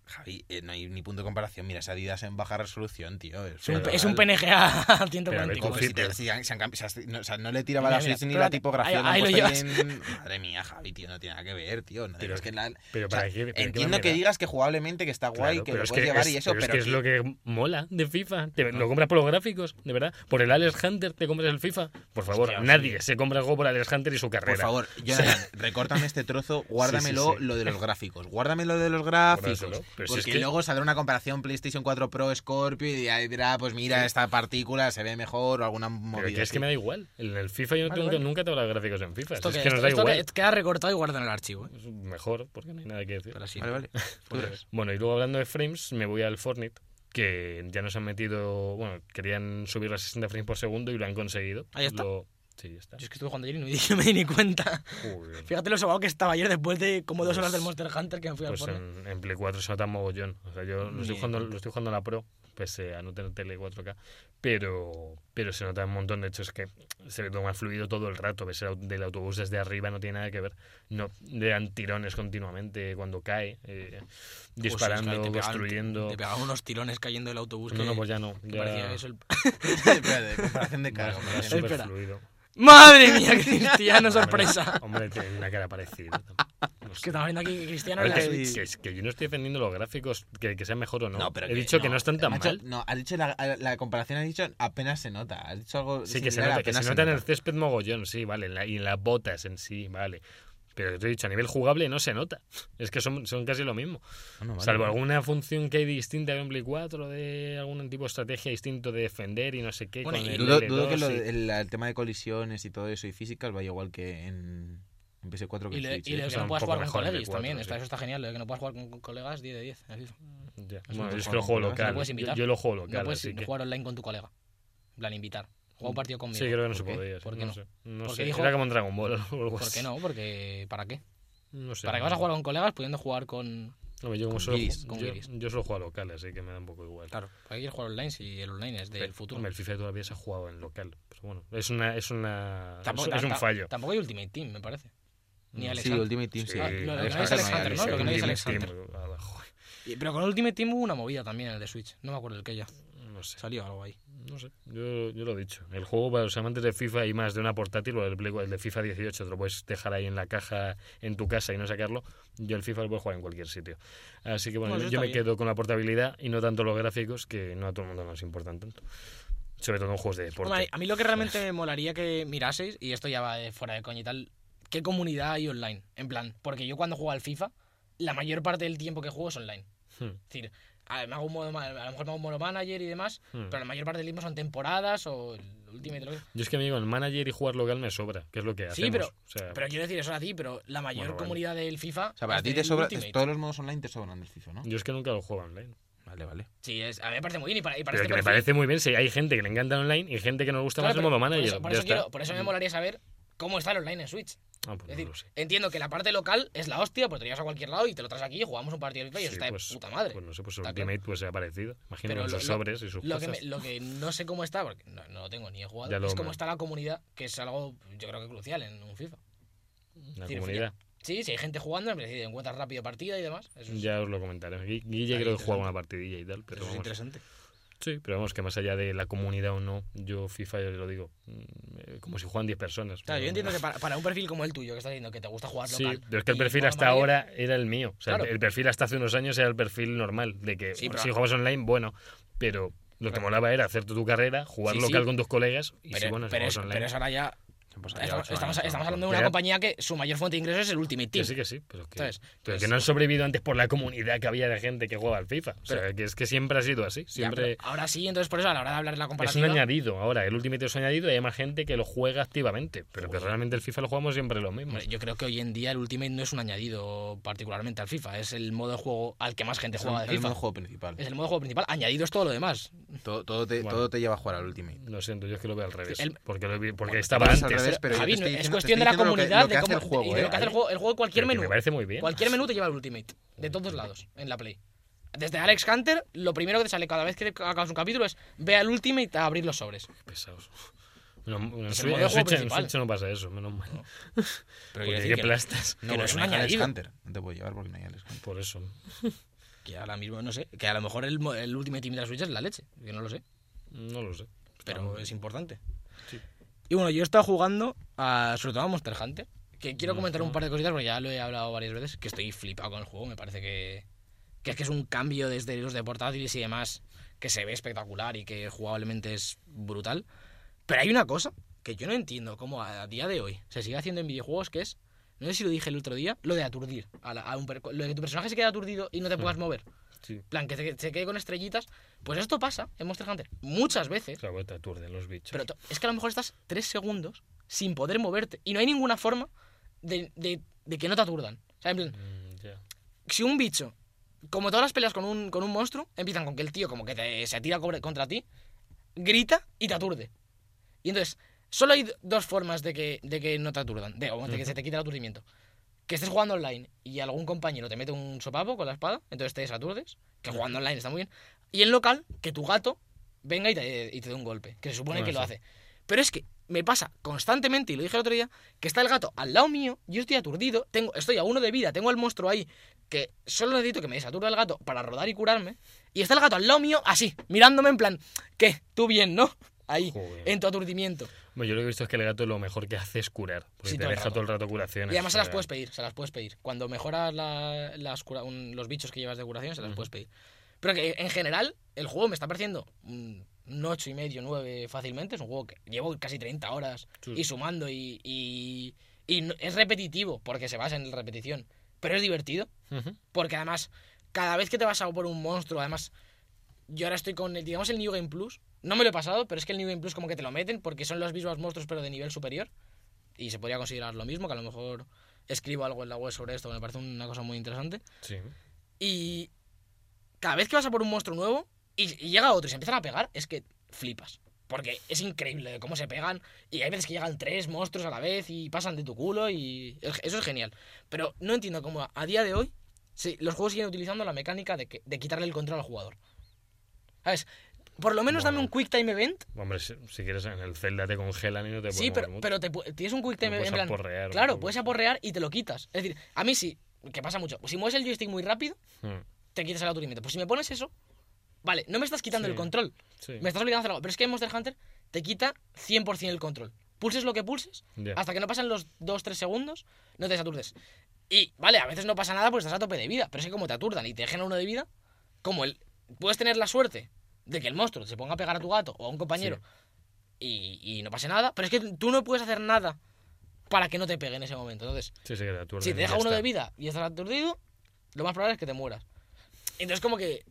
Javi, eh, no hay ni punto de comparación. Mira, es Adidas en baja resolución, tío. Es,
Un-
brutal.
es un PNGA
Pero a ver,
Como
con
144.
si
filtro.
te- si han- se han cambi- se has- no, o sea, no le tiraba
Mira,
la
mira,
Switch ni la
espérate.
tipografía.
Ahí-
la han
ahí lo
puesto en- *laughs* Madre mía, Javi, tío, no tiene nada que ver, tío. No
Pero es
digas
que-
que la-
pero
o sea,
para qué- pero qué
entiendo
manera.
que digas que jugablemente que está guay,
Claro,
que
pero
lo
es
puedes
que
llevar
es-
y eso,
pero es
pero
que es lo que mola de FIFA. Te- Lo compras por los gráficos, de verdad. Por el Alex Hunter te compras el FIFA. Por favor,
Hostia,
nadie se compra algo por Alex Hunter y su carrera. *laughs*
Por favor, Jonathan, recórtame este trozo, guárdamelo
sí.
lo de los gráficos. Guárdamelo de los gráficos.
Guárdaselo, pero Pero si
Porque
es que
luego saldrá una comparación PlayStation 4 Pro Scorpio y ahí dirá, pues mira, esta partícula se ve mejor o alguna
pero que
movida.
es
*laughs*
que me da igual. En el FIFA yo no
Vale,
tengo-
vale.
nunca tengo los gráficos en FIFA.
Esto,
es
que,
que nos da
esto que-
igual.
queda recortado y guardado en el archivo, ¿eh?
Es Mejor, porque no hay nada que decir.
Pero así.
Vale, vale. Tú verás.
Bueno, y luego hablando de frames, me voy al Fortnite, que ya nos han metido. Bueno, querían subir las 60 frames por segundo y lo han conseguido.
Ahí está.
Lo- sí, ya está.
Yo es que estuve jugando ayer y no, me di- *laughs* no me di ni cuenta.
Joder.
Fíjate lo sobado que estaba ayer después de como dos
Pues-
horas del Monster Hunter que me fui al
Pues
Fortnite.
en, en Play 4 se nota mogollón. O sea, yo lo estoy,
Ni
jugando,
tanto.
lo estoy jugando en la Pro, pese a no tener tele 4K. Pero, pero se nota un montón. De hecho, es que se ve todo más fluido todo el rato. Ves el au- del autobús desde arriba, no tiene nada que ver. No, le dan tirones continuamente cuando cae, eh, disparando,
Pues, es que te pegaban-
construyendo.
Te pegaban unos tirones cayendo del autobús.
no,
que,
no, pues ya no.
que
ya-
parecía eso el-
Espérate,
*laughs*
comparación de cara.
Era
comparación de-
súper
Espera.
fluido.
*laughs* ¡Madre mía, *laughs* Cristiano,
Hombre,
sorpresa!
Hombre, tiene una cara parecida. No
Es que
sé.
estaba viendo aquí que
A
Cristiano
ver,
era
que,
el-
que- es que yo no estoy defendiendo los gráficos, que, que sean mejor o no.
No, pero
He
que
dicho que
no,
no están tan
Macho,
mal.
No, has dicho la, la comparación, has dicho apenas se nota. Has dicho algo.
Sí, que se
similar,
nota, que se
apenas
nota en el césped mogollón, sí, vale, en la- y en las botas en sí, vale. Pero te he dicho, a nivel jugable no se nota. Es que son, son casi lo mismo.
Bueno, Ah, vale,
Salvo
vale.
alguna función que hay distinta de un Play 4, de algún tipo de estrategia distinto de defender y no sé qué.
Bueno,
con
y
el
Dudo,
L2
dudo que lo
y-
de- el, el tema de colisiones y todo eso y físicas vaya igual que en, en PS4 que
Y,
en
le,
Switch,
y
¿eh?
lo de que
Son
no
un
puedas
poco
jugar con
mejor el
colegas
Play
también.
4,
está-
sí.
Eso está genial, lo de que no puedas jugar con, con colegas 10 de 10. así.
Ya.
un
Bueno, yo es que
juego
lo juego
con
local.
colegas,
no puedes
yo-
invitar.
Yo lo juego
no
local,
puedes
así que... Mm,
jugar online con tu colega. En plan, invitar. Juega un partido conmigo.
Sí, creo que no se
¿Por qué?
podía. sí,
¿Por qué
no?
no?
sé. No
Porque
sé.
dijo-
Era como en Dragon Ball *laughs* o algo
¿Por
así.
qué no? Porque ¿para qué?
No sé.
¿Para qué vas a jugar con colegas pudiendo jugar con...?
No, yo, como
con
solo,
guiris,
yo,
con guiris?
yo solo juego a local, así que me da un poco igual.
Claro, ¿para qué quieres jugar online si el online es del
Pero,
futuro?
hombre, el FIFA todavía se ha jugado en local. Pero bueno, es una. Es, una,
Tampoco-
es, es un
ta-
fallo. Mm,
Tampoco hay Ultimate Team, me parece. Ni
Sí,
Alexander.
Ultimate Team, sí.
Sí. Ah, lo- lo que no es
Alexander,
Alexander, ¿no? Lo que no es
Ultimate
Alexander.
Team, abajo.
Y- Pero con Ultimate Team hubo una movida también en el de Switch. No me acuerdo el que ya.
No sé.
Salió algo ahí.
No sé. Yo, yo lo he dicho. El juego para los amantes de FIFA y más de una portátil o el, Play- el de FIFA 18 te lo puedes dejar ahí en la caja en tu casa y no sacarlo. Yo el FIFA lo puedo jugar en cualquier sitio. Así que bueno,
Bueno,
yo,
eso
yo me
Pues está bien.
quedo con la portabilidad y no tanto los gráficos, que no a todo el mundo nos importan tanto. Sobre todo en juegos de deporte.
Hombre, a mí lo que realmente me molaría que miraseis, y esto ya va de fuera de coña y tal, ¿qué comunidad hay online? En plan, porque yo cuando juego al FIFA, la mayor parte del tiempo que juego es online.
Hmm.
Es decir, a, ver, me hago un modo, ma- a lo mejor me hago un modo manager y demás,
Hmm.
pero la mayor parte del tiempo son temporadas o el Ultimate. lo que-
Yo es que amigo, el manager y jugar local me sobra, que es lo que
Sí,
hacemos.
pero,
O sea,
pero quiero decir eso a ti, pero la mayor
Bueno, vale.
comunidad del FIFA.
O sea, para
es
ti te
del
sobra.
Ultimate.
Todos los modos online te sobran del FIFA, ¿no?
Yo es que nunca lo juego online.
Vale, vale.
Sí, es- a mí me parece muy bien y para, y para
Pero
este
que me
perfil-
parece muy bien si hay gente que le encanta online y gente que nos gusta
Claro,
más el
pero
modo
por
manager.
eso- por
Ya
eso
está. Hmm.
quiero- por eso me molaría saber cómo está el online en Switch.
Ah, pues no
Es decir,
lo sé.
entiendo que la parte local es la hostia, porque te llevas a cualquier lado y te lo traes aquí y jugamos un partido de FIFA y eso
Sí,
está
pues-
de puta madre.
Pues no sé, pues
Está
Ultimate pues se ha parecido. Imagino
Pero
con
lo-
sus
lo-
sobres y sus
lo, que me-
cosas.
lo que no sé cómo está, porque no, no lo tengo ni he
Ya
jugado,
lo
es cómo
me-
está la comunidad, que es algo yo creo que crucial en un FIFA.
La
decir,
comunidad.
Sí, si hay gente jugando, en vez de encuentras rápido partida y demás. Eso es,
Ya os lo comentaré. Gui- Guille
Ahí,
creo que
interesante.
juega una partidilla y tal, pero
eso es
vamos.
interesante.
Sí, pero vamos, que más allá de la comunidad o no, yo FIFA yo lo digo, mm, eh, como si juegan 10 personas.
Claro,
pero
yo entiendo
no.
que para, para un perfil como el tuyo, que estás diciendo que te gusta jugar
Sí,
local.
pero es que el
y
perfil
modo
hasta
manager,
ahora era el mío. O sea,
Claro.
el perfil hasta hace unos años era el perfil normal, de que
Sí,
bueno,
pero-
si jugabas online, bueno, pero lo que
Claro.
molaba era hacer tu carrera, jugar
Sí, sí.
local con tus colegas y
Pero,
si bueno, si
pero
jugabas
es-
online. Pues
pero es ahora ya. Estamos, estamos- estamos hablando de una
Pero-
compañía que su mayor fuente de ingresos es el Ultimate
Que
Team.
sí, que sí, pero que,
¿Sabes?
pero que
Pues-
no han sobrevivido antes por la comunidad que había de gente que jugaba al FIFA. O sea, que es que siempre ha sido así.
Ya,
Siempre
pero ahora sí, entonces por eso a la hora de hablar de la
es un
comparativa.
añadido. Ahora, el Ultimate es un añadido y hay más gente que lo juega activamente. Pero que realmente el FIFA lo jugamos siempre lo mismo.
Hombre, yo creo que hoy en día el Ultimate no es un añadido particularmente al FIFA, es el modo de juego al que más gente
Es el,
juega de
el
FIFA.
modo juego principal.
Es el modo de juego principal, añadido es todo lo demás.
Todo, todo, te,
Bueno.
todo te lleva a jugar al Ultimate.
Lo siento, yo es que lo veo al revés.
el-
porque lo vi- porque
Bueno,
estaba
vas
antes.
al revés, pero yo te
Javi,
estoy
no- es
diciendo- te
cuestión de
estoy
la
diciendo lo que-
comunidad,
lo que
de
hace
cómo
el juego,
y de
¿eh?
lo que hace el juego, el juego de cualquier
Pero que
menú.
me parece muy bien.
Cualquier menú te lleva al Ultimate, de todos lados, en la Play. Desde Alex Hunter, lo primero que te sale cada vez que acabas un capítulo es ve al Ultimate a abrir los sobres.
Ah, Pesados. No, no, en
Es el
Switch-
modo de
en
juego
Switch en
principal.
Switch no pasa eso, menos mal.
Pero
Porque
quiero
hay
decir
que
que-
plastas.
No, pero es
porque
un
hay Alex
añadido.
Hunter. No te puedo llevar porque no hay Alex Hunter.
Por eso.
Que ahora mismo, no sé, que a lo mejor el, mo- el Ultimate Team de la Switch es la leche, que no lo sé,
No lo sé.
pero es importante.
Sí.
Y bueno, yo he estado jugando a, sobre todo a Monster Hunter, que quiero comentar un par de cositas porque ya lo he hablado varias veces, que estoy flipado con el juego, me parece que, que es que es un cambio desde los de portátiles y demás, que se ve espectacular y que jugablemente es brutal. Pero hay una cosa que yo no entiendo cómo a, a día de hoy se sigue haciendo en videojuegos, que es, no sé si lo dije el otro día, lo de aturdir, a, la- a un per- lo de que tu personaje se queda aturdido y no te puedas mover.
Sí.
en plan, que se, se quede con estrellitas. Pues esto pasa en Monster Hunter muchas veces.
Claro, que te aturden los bichos.
Pero to- es que a lo mejor estás tres segundos sin poder moverte y no hay ninguna forma de, de- de que no te aturdan. O sea, en plan,
Mm, ya.
si un bicho, como todas las peleas con un, con un monstruo, empiezan con que el tío como que te- se tira cobre- contra ti, grita y te aturde. Y entonces, solo hay do- dos formas de que, de que no te aturdan, de, o de que se te quite el aturdimiento. Que estés jugando online y algún compañero te mete un sopapo con la espada, entonces te desaturdes, que jugando online está muy bien. Y en local, que tu gato venga y te, y te dé un golpe, que se supone
Bueno,
que lo
sí.
hace. Pero es que me pasa constantemente, y lo dije el otro día, que está el gato al lado mío, yo estoy aturdido, tengo, estoy a uno de vida, tengo al monstruo ahí, que solo necesito que me desaturda el gato para rodar y curarme, y está el gato al lado mío así, mirándome en plan, ¿qué? ¿Tú bien, no? Ahí,
Joder.
en tu aturdimiento.
Bueno, yo lo que he visto es que el gato lo mejor que hace es curar. Porque
Sí,
te
todo el
deja
rato.
todo el rato curaciones.
Y además se
o
las
sea,
puedes pedir, se las puedes pedir. Cuando mejoras la- las cura- un- los bichos que llevas de curación, se las puedes pedir. Pero que en general, el juego me está pareciendo un un ocho y medio, 9 fácilmente. Es un juego que llevo casi 30 horas
Sí.
y sumando y, y, y no- es repetitivo porque se basa en la repetición. Pero es divertido
Ujú.
porque además, cada vez que te vas a por un monstruo, además, yo ahora estoy con, el, digamos, el New Game Plus. No me lo he pasado, pero es que el New Game Plus como que te lo meten porque son los mismos monstruos pero de nivel superior. Y se podría considerar lo mismo, que a lo mejor escribo algo en la web sobre esto, me parece una cosa muy interesante.
Sí.
Y cada vez que vas a por un monstruo nuevo y, y llega otro y se empiezan a pegar, es que flipas. Porque es increíble cómo se pegan. Y hay veces que llegan tres monstruos a la vez y pasan de tu culo y es- eso es genial. Pero no entiendo cómo a día de hoy sí, los juegos siguen utilizando la mecánica de, que- de quitarle el control al jugador. ¿Sabes? Por lo menos dame
Bueno.
un quick time event
Hombre, si, si quieres en el Zelda te congelan y no te
Sí,
puedes
pero,
mover mucho.
pero te pu- tienes un quick time
puedes
en plan.
aporrear un
claro,
poco.
puedes aporrear y te lo quitas. Es decir, a mí sí, que pasa mucho. Si mueves el joystick muy rápido,
Mm,
te quitas el aturdimiento. Pues si me pones eso, vale, no me estás quitando
Sí.
el control.
sí.
Me estás obligando a hacer algo. Pero es que en Monster Hunter te quita 100% el control. Pulses lo que pulses,
Ya.
hasta que no pasan los 2-3 segundos, no te desaturdes. Y vale, a veces no pasa nada porque estás a tope de vida. Pero es que como te aturdan y te dejan a uno de vida, como el, puedes tener la suerte de que el monstruo se ponga a pegar a tu gato o a un compañero y, y no pase nada, pero es que tú no puedes hacer nada para que no te pegue en ese momento. Entonces,
Sí, sí, que te aturden
si
y
te
ya
deja uno
está.
de vida y estás aturdido, lo más probable es que te mueras. Entonces, como que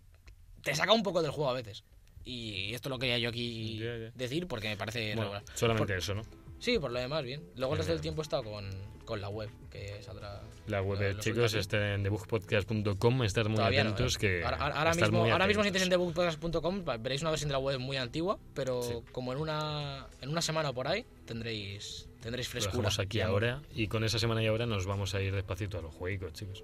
te saca un poco del juego a veces. Y esto lo quería yo aquí
Ya, ya.
decir porque me parece
Bueno,
regular.
solamente
Por-
eso, ¿no?
Sí, por lo demás, bien. Luego el resto
Bien,
del tiempo he estado con, con la web, que saldrá.
La web,
lo-
de
lo
chicos,
suelto así.
está en debugpodcast.com. Estar muy
Todavía no,
atentos
¿eh?
que.
ahora, ahora- ahora
estar
mismo,
muy
ahora mismo si
atentos.
entráis en debugpodcast.com va- veréis una versión de la web muy antigua, pero
Sí.
como en una, en una semana o por ahí tendréis, tendréis
Lo
frescura.
dejamos aquí
y amor.
ahora y con esa semana y ahora nos vamos a ir despacito a los juegos, chicos.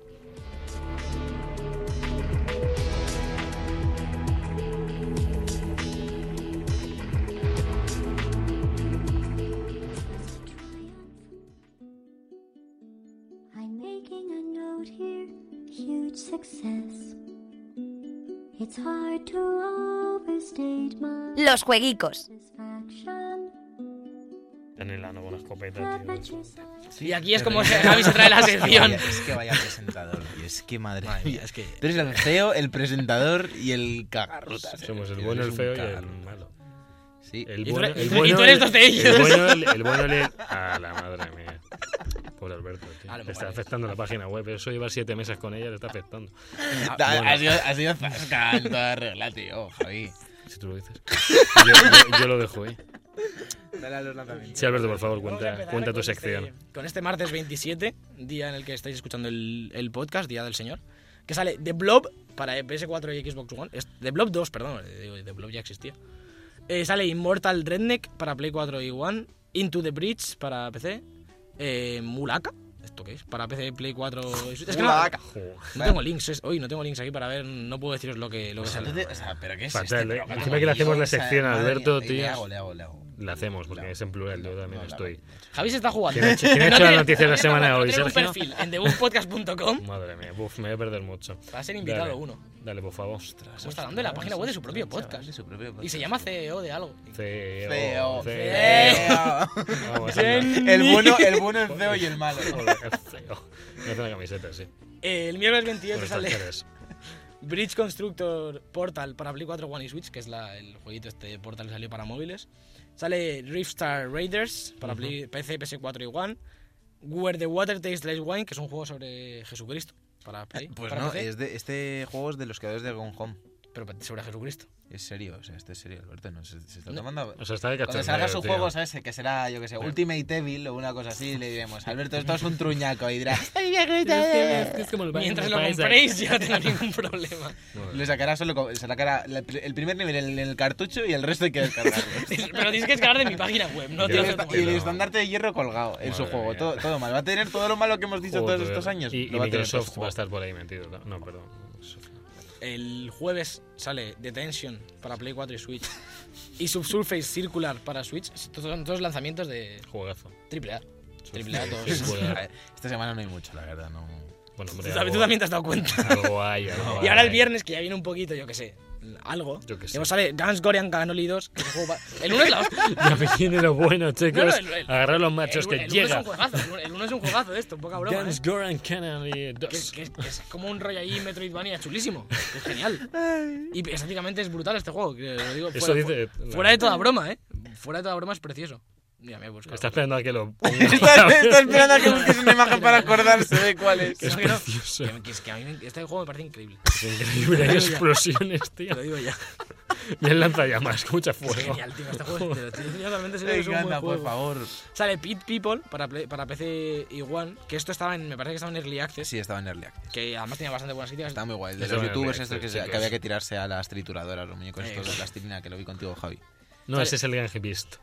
I'm making a note here, huge success. It's hard to overstate my
Los jueguicos.
satisfaction.
Tan helado con la escopeta, tío.
Temperature science.
Y aquí es como se- Javi se trae la sección.
*laughs* Es que vaya, es que vaya presentador, tío. Es que madre,
Madre mía,
mía.
es que
Tú eres el feo, el presentador y el cagarrutas.
Somos el
Tío,
bueno, el
eres
feo
un
y el
cagarrutas.
malo.
Sí.
El
tú
bueno,
eres-
el
y tú
bueno,
eres
el-
dos de ellos.
El bueno, el, el bueno, el- Ah, la madre mía. Pobre Alberto, tío.
A Ah, lo
Te
mejor
está
es.
afectando la página web. eh. Eso lleva siete meses con ella, le está afectando.
Da-
bueno.
Ah, Ha sido, ha sido zasca en toda regla, tío, Javi.
Si tú lo dices. *laughs* Yo, yo- yo lo dejo ahí.
Dale a los lanzamientos.
Sí, Alberto, por favor,
Vamos a
cuenta,
empezar
cuenta tu
con
sección.
este- con este martes 27, día en el que estáis escuchando el, el podcast, Día del Señor, que sale The Blob para PS4 y Xbox One. es- The Blob 2, perdón, eh, digo, The Blob ya existía. Eh, sale Immortal Redneck para Play 4 y One, Into the Bridge para PC, eh, Mulaka, ¿esto qué es? Para PC, Play 4 y Switch. Es que no,
Mulaka.
Joder,
no tengo links, es- hoy no tengo links aquí para ver, no puedo deciros lo que, lo que sale.
o sea, ¿pero qué es
Fatal,
este
¿eh?
programa,
Encima que le
tío?
hacemos la
O sea,
sección a
madre mía,
Alberto,
le-
tío.
Le hago, le hago, le hago.
La hacemos porque es en plural, yo también
No, la-
estoy.
Javi se está jugando.
¿Quién ha hecho- quién ha
*laughs*
hecho
tiene-
las noticias de la
tiene
semana
una-
hoy,
tiene un
Sergio?
perfil en debugpodcast.com
Madre mía, buf, me voy a perder mucho.
Va a ser invitado
Dale,
uno.
Dale, por favor.
Pues
Se está dando en la página web de su propio podcast.
De su propio podcast.
Y se llama CEO de algo.
Feo. feo.
Feo. Feo.
Vamos, anda.
El
*laughs*
bueno, el bueno, el feo y el malo.
Joder, qué feo. Me hace una camiseta, sí.
El miércoles
Con
28
estas
sale
caras.
Bridge Constructor Portal para Play 4, One y Switch, que es la- el jueguito este de Portal que salió para móviles. Sale Riftstar Raiders para Play- PC, PS4 y One. Where the Water Tastes Like Wine, que es un juego sobre Jesucristo. para Play.
Pues
para
no,
PC.
es de, este juego es de los creadores de Gone Home.
Pero sobre Jesucristo.
Es serio, o sea, este es serio, Alberto. No, se, se está
No.
tomando.
O sea, está de
Cuando
cachondeo,
salga su
tío.
juego, ¿sabes? Que será, yo que sé, Ultimate Evil o una cosa así, le diremos, Alberto, esto es un truñaco.
*laughs*
Y dirá,
Mientras lo compréis, yo no tengo ningún
*laughs*
problema.
le sacará solo como- sacará la- el primer nivel en el cartucho y el resto hay que
*laughs*
descargarlo. *laughs*
Pero tienes que descargar de mi página web,
Yo
no
Y
te
el,
vas a
esta-
tomar.
y el estandarte de hierro colgado en su
Madre
juego,
mía.
todo, todo mal. Va a tener todo lo malo que hemos dicho
Joder.
todos estos años.
Y, y
lo va a tener todo
Microsoft
su
va a
juego.
estar por ahí metido. No, No, perdón. Microsoft.
El jueves sale Detention para Play 4 y Switch. Y Subsurface Circular para Switch. Estos son todos lanzamientos de
Juegazo.
triple A. Triple A,
Sí,
todos. *laughs*
juega-
*laughs* A ver, Esta semana no hay mucho, la
*laughs*
verdad. No.
Bueno, hombre,
Tú también-
algo-
tú también te has dado cuenta.
*laughs* Algo hay, algo
*laughs* Y ahora el
hay.
viernes, que ya viene un poquito, yo que sé, algo.
Yo que sé.
luego sale Guns Gorian Canoli 2, que es un juego pa- El 1 es la
*laughs*
hostia.
*laughs* Ya me tiene lo bueno, chicos.
No, no, el- el-
Agarrar los machos
el,
que
el uno
llega.
es un juegazo, el uno- el 1 es un juegazo de esto, poca broma.
Guns,
¿eh?
Goran, Canary
Que,
2.
que es- que es como un rollo ahí Metroidvania chulísimo. que Es genial. Y estéticamente es brutal este juego. que lo digo,
Eso
fuera,
dice-
fu- fuera de toda broma, ¿eh? Fuera de toda broma es precioso. Mira, me he buscado.
Está esperando a que
*laughs*
lo ponga.
está, está esperando a que busques una imagen para acordarse de cuál es.
Que no,
es
que no.
precioso.
Que- que es que a mí me- este juego me parece increíble. *laughs*
Es *laughs* increíble. Hay explosiones, tío.
Te lo digo ya.
Y él lanza llamas, mucha
Es
fuego.
genial, tío. Este juego es- te lo estoy diciendo totalmente serio,
Ey,
es un buen
anda,
juego.
por favor.
Sale Pit People para, Play- para PC y One, que esto estaba en, me parece que estaba en Early Access,
Sí, estaba en Early Access.
que además tenía bastante buenas críticas.
Estaba muy guay. De
Eso
los
me
youtubers
parece,
estos que, se-
chicos.
que había que tirarse a las trituradoras, los muñecos
Eh,
estos de
sí.
plastilina, que lo vi contigo, Javi.
No, ese es el Gange Beast.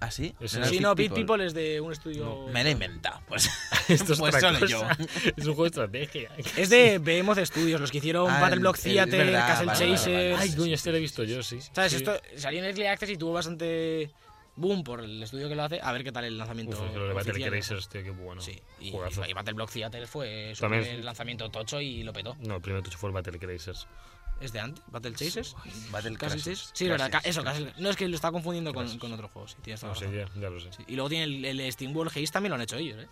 ¿Ah, sí?
Eso
¿No
es.
era
Sí,
Fit
no, Pit
People?
People es de un estudio...
Me lo he inventado. Pues,
*laughs* Esto es
pues
otra
solo
cosa.
yo.
*laughs* Es un juego de estrategia.
Es de Behemoth Studios, los que hicieron
Ah, el-
Battle Block
el-
Theater,
es verdad,
Castle
vale, vale,
Chaser...
vale.
Ay, coño, este lo he visto yo, sí.
¿Sabes?
Sí.
Esto salió en Early Access y tuvo bastante boom por el estudio que lo hace. A ver qué tal el lanzamiento
Uf, lo de Battle
oficial.
Grazers, tío, qué bueno.
Sí, y,
Juegazo.
y Battle Block Theater fue su
También-
primer lanzamiento tocho y lo petó.
No, el primero tuyo fue el Battle Grazers.
¿Es de antes? ¿Battle Chasers? ¿Castle
Battle Crashers.
Chasers? Sí, verdad,
Crashers,
eso,
Crashers.
Castle- No, es que lo estaba confundiendo con, con otro juego, sí, tienes toda
No
la
sé,
razón.
ya, ya lo sé.
Sí, Y luego tiene el, el Steam World Heist, también lo han hecho ellos, ¿eh?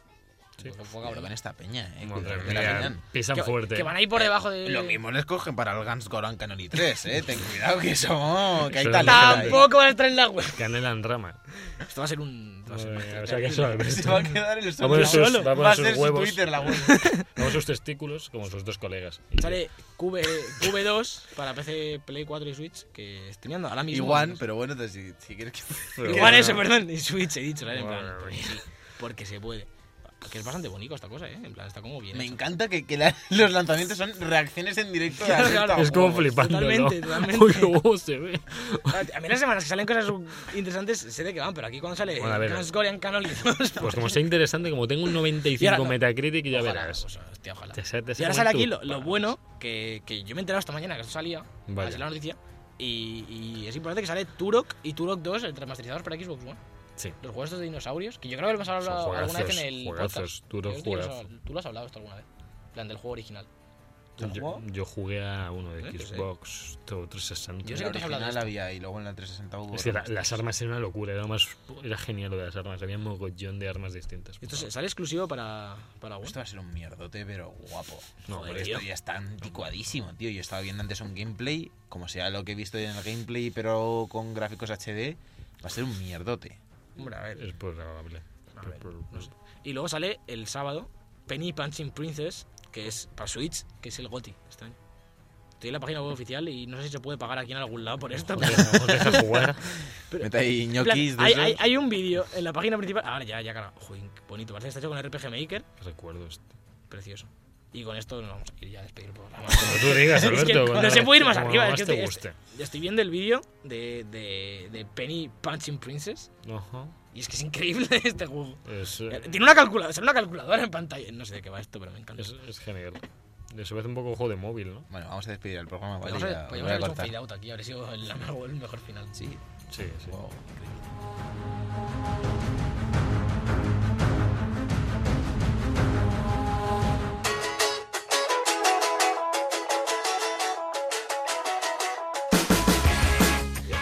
Sí.
Pues, poca
Cuidado
broma.
con esta peña, eh.
Madre
cuidado que la
mía, Eh.
pillan.
pisan
que,
fuerte.
que van ahí por debajo de...
Eh, Lo mismo les cogen para el Guns Goran Cannon 3, eh. Ten cuidado que somos. Que hay
Eso
talento. ahí.
Tampoco van a estar en la web. *laughs*
eh. Canela en rama.
Esto va a ser un... esto va a ser un- *laughs*
Madre mía, o sea, que eso,
Se
Alberto.
va a quedar el
a poner
suelo.
sus- va a poner
Va a
sus
ser su
huevos.
Twitter
*laughs*
la web.
Vamos sus testículos como sus dos colegas. Y-
*laughs* Sale Q- V2 para PC, Play 4 y Switch, que estoy mirando ahora mismo.
Igual, pero bueno, entonces, si, si quieres que.
*laughs* pero
Igual
bueno,
eso, perdón, y Switch he dicho, ¿eh? En plan,
Madre
porque
mía.
sí, porque se puede. Que es bastante bonito esta cosa, ¿eh? En plan, está como bien
Me
hecho.
encanta que, que la- *laughs* los lanzamientos son reacciones en directo. de Alberto
claro.
a
Es como
juegos.
flipando. *laughs*
Totalmente,
¿no?
totalmente.
Uy, qué huevo se ve.
Ah, A mí las semanas que salen cosas interesantes sé de qué van, pero aquí cuando sale
Bueno, a ver.
Guns Golean Canoli 2,
Pues como sea interesante, como tengo un 95
Y ahora no.
Metacritic, ya
Ojalá,
verás.
pues, hostia, ojalá.
Te sa- te
y
sacan
ahora sale aquí
tus
lo, lo
papas.
bueno, que, que yo me he enterado esta mañana que esto salía,
Vaya.
así la noticia, y, y es importante que sale Turok y Turok 2, el remasterizador para Xbox One.
Sí.
Los juegos estos de dinosaurios, que yo creo que lo hemos
Son
hablado
juegazos,
alguna vez en el
juegazos,
podcast.
Turok,
Yo creo que
juegazo.
eso- Tú lo has hablado esto alguna vez, en plan del juego original.
Yo, yo jugué a uno de
Eh, yo sé.
Xbox todo
Yo
En
360.
sé
la
que tú has hablado de
original
esto.
había y luego en la 360 hubo.
Es que la- las armas eran una locura, era, lo más, era genial lo de las armas, había un mogollón de armas distintas.
Esto se- sale exclusivo para, para One.
Esto va a ser un mierdote, pero guapo.
No,
Joder,
hombre,
esto
tío.
ya está anticuadísimo, tío. Yo estaba viendo antes un gameplay, como sea lo que he visto en el gameplay, pero con gráficos HD, va a ser un mierdote.
Hombre, a ver.
Es probable.
A ver, no sé. Y luego sale el sábado Penny Punching Princess, que es para Switch, que es el GOTI este año. Estoy en la página web oficial y no sé si se puede pagar aquí en algún lado por esto. pero-
No os
*laughs*
deja jugar.
Pero-
Mete ahí
en plan,
ñoquis de
hay,
esos.
hay- hay un vídeo en la página principal. Ahora ya, ya, cara. Joder, qué bonito. Parece que está hecho con RPG Maker.
Recuerdos.
Precioso. Y con esto nos vamos a ir ya a despedir el programa. *laughs*
Como tú digas,
Es que
Alberto.
no
cuando-
se puede ir más
como
arriba. es
más
que
te
estoy-
guste.
estoy- estoy viendo el vídeo de, de- de Penny Punching Princess
Ajá.
y es que es increíble *laughs* este juego.
Es, eh,
Tiene una calculadora, sale una calculadora en pantalla. No sé de qué va esto, pero me encanta.
es, es genial. Se parece un poco juego de móvil, ¿no?
Bueno, vamos a despedir el programa, ¿vale?
Podríamos
Ya
haber-
os
podríamos
voy a
haber hecho un
cortar.
fade out aquí, habría sido el, *laughs* el mejor final.
Sí,
Sí, sí.
wow.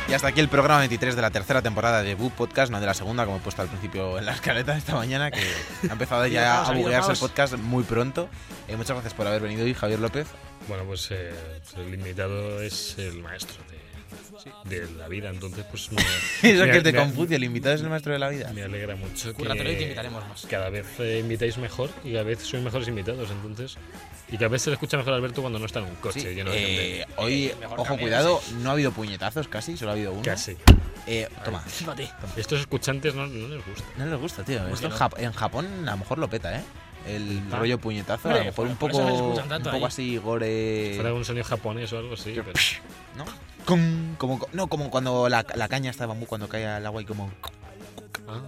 Y hasta aquí el programa 23 de la tercera temporada de Boo Podcast, no de la segunda, como he puesto al principio en la escaleta esta mañana, que ha
*laughs*
empezado
Habido
ya
caos,
a
ha habido
buguearse el
caos.
podcast muy pronto. Eh, muchas gracias por haber venido hoy, Javier López.
pues Bueno, pues eh, el invitado es el maestro de de la vida. Entonces, pues.
*laughs*
*laughs* Eso
me-
que te
me-
confunde, el invitado es el maestro de la vida.
Me alegra mucho que
Cúrratelo y te invitaremos más.
cada vez eh, invitáis mejor y cada vez sois mejores invitados, entonces. Y cada vez se le escucha mejor a Alberto cuando no está en un coche
Sí,
lleno de
eh,
gente.
hoy,
mejor
ojo,
cambiar,
cuidado, no ha habido puñetazos casi, solo ha habido uno.
Casi.
Eh, toma.
*laughs* Fíjate.
Estos escuchantes no, no les gusta.
No les gusta, tío. Esto en,
no.
Jap- en Japón a lo mejor lo peta, ¿eh? El
Ah.
rollo puñetazo, a
Hombre,
lo mejor un
por
poco,
eso les escuchan
un
tanto
poco
ahí.
así
Eh,
gore.
Fuera un sonido japonés o algo así,
Yo-
pero.
¿no? Cum, Como, no, como cuando la, la caña está de bambú, cuando cae al agua y como.
Ah,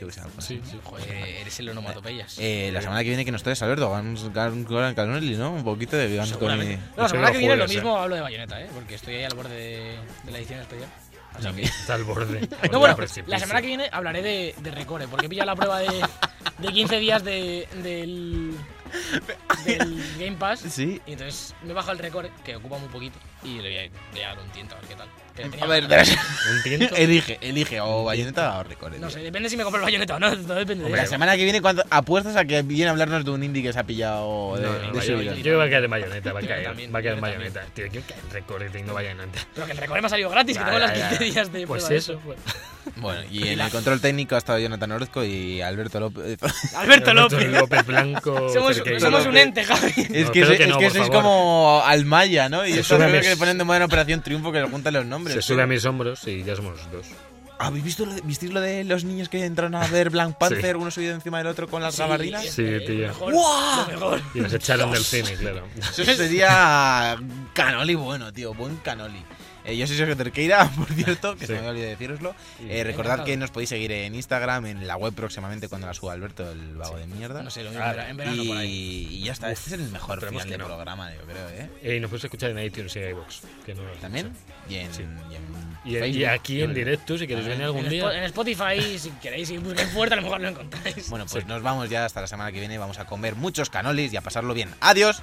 Yo qué sé, algo así.
sí, sí.
Joder, eres el onomatopeyas.
Eh, la semana que viene que nos traes, Alberto, vamos a ganar calonelli, ¿no? Un poquito de Guns
Seguramente.
con-
No, la
Eso
semana
lo
que viene lo
juegas,
mismo hablo de bayoneta, ¿eh? Porque estoy ahí al borde de, de la edición especial. O sea que-
Está al borde.
*laughs* No, bueno, la semana que viene hablaré de, de Recore, porque he pillado la prueba de, de 15 días de- del, del Game Pass.
Sí.
Y entonces me bajo el Recore, que ocupa muy poquito, y le voy a, voy a dar un tiento a ver qué tal. Que le tenía
A ver,
ganas.
Un
*laughs*
tiento.
elige, elige, o bayoneta o record.
No sé, depende si me compro el bayoneta o no, no depende de
La
eso.
semana que viene, cuando apuestas a que viene a hablarnos de un indie que se ha pillado
No,
de,
no,
de
vaya-
su
yo
vida?
creo que va a quedar en bayoneta, va a
Yo
caer.
también,
va a quedar en
yo también.
bayoneta. Tío, quiero caer en recorte y no bayoneta.
Pero que el Recore me ha salido gratis, que
Ya,
tengo
ya,
las 15
ya.
días de
Pues
prueba de
eso. pues.
Bueno, y en el control técnico ha estado Jonathan Orozco y Alberto López.
*laughs*
*laughs*
Alberto López.
López Blanco.
*laughs* Somos,
Cerqueira.
somos un ente, Javi.
Es
No,
que,
creo
se-
que
es
no,
que
por
sois
favor.
como Almaya, ¿no? Y
Se
eso
sube a
creo
mis-
que le ponen de moda en Operación Triunfo que le juntan los nombres.
Se sube a mis hombros y ya somos dos.
¿Habéis visto lo de, visteis lo de los niños que entraron a
*laughs*
ver Black Panther, uno subido encima del otro con *laughs* las gabardinas?
Sí,
eh,
tío.
lo mejor, lo mejor.
Y
*laughs*
nos echaron del cine, claro. *laughs*
Eso sería canoli bueno, tío, buen canoli. Eh, yo soy Sergio Terqueira, *laughs* por cierto, que se
Sí.
me había olvidado deciroslo.
Sí.
Eh, recordad
Encantado.
que nos podéis seguir en Instagram, en la web próximamente cuando la suba Alberto, el vago de mierda.
No sé, lo mismo,
Ah,
en vera- en verano
y,
por ahí.
y ya está, este es el mejor
esperemos
final
que
de
no.
programa, yo creo, ¿eh?
Eh, y nos puedes escuchar en iTunes y iVoox. que no lo has
También.
dicho.
Y en,
Sí.
y en
Y, y
Facebook,
aquí
yo
en
creo.
directo, si queréis venir algún
En Spo- En
día.
Spotify, si queréis ir buscáis fuerte, a lo mejor lo encontráis.
Bueno, pues nos vamos ya hasta la semana que viene. Vamos a comer muchos canolis y a pasarlo bien. ¡Adiós!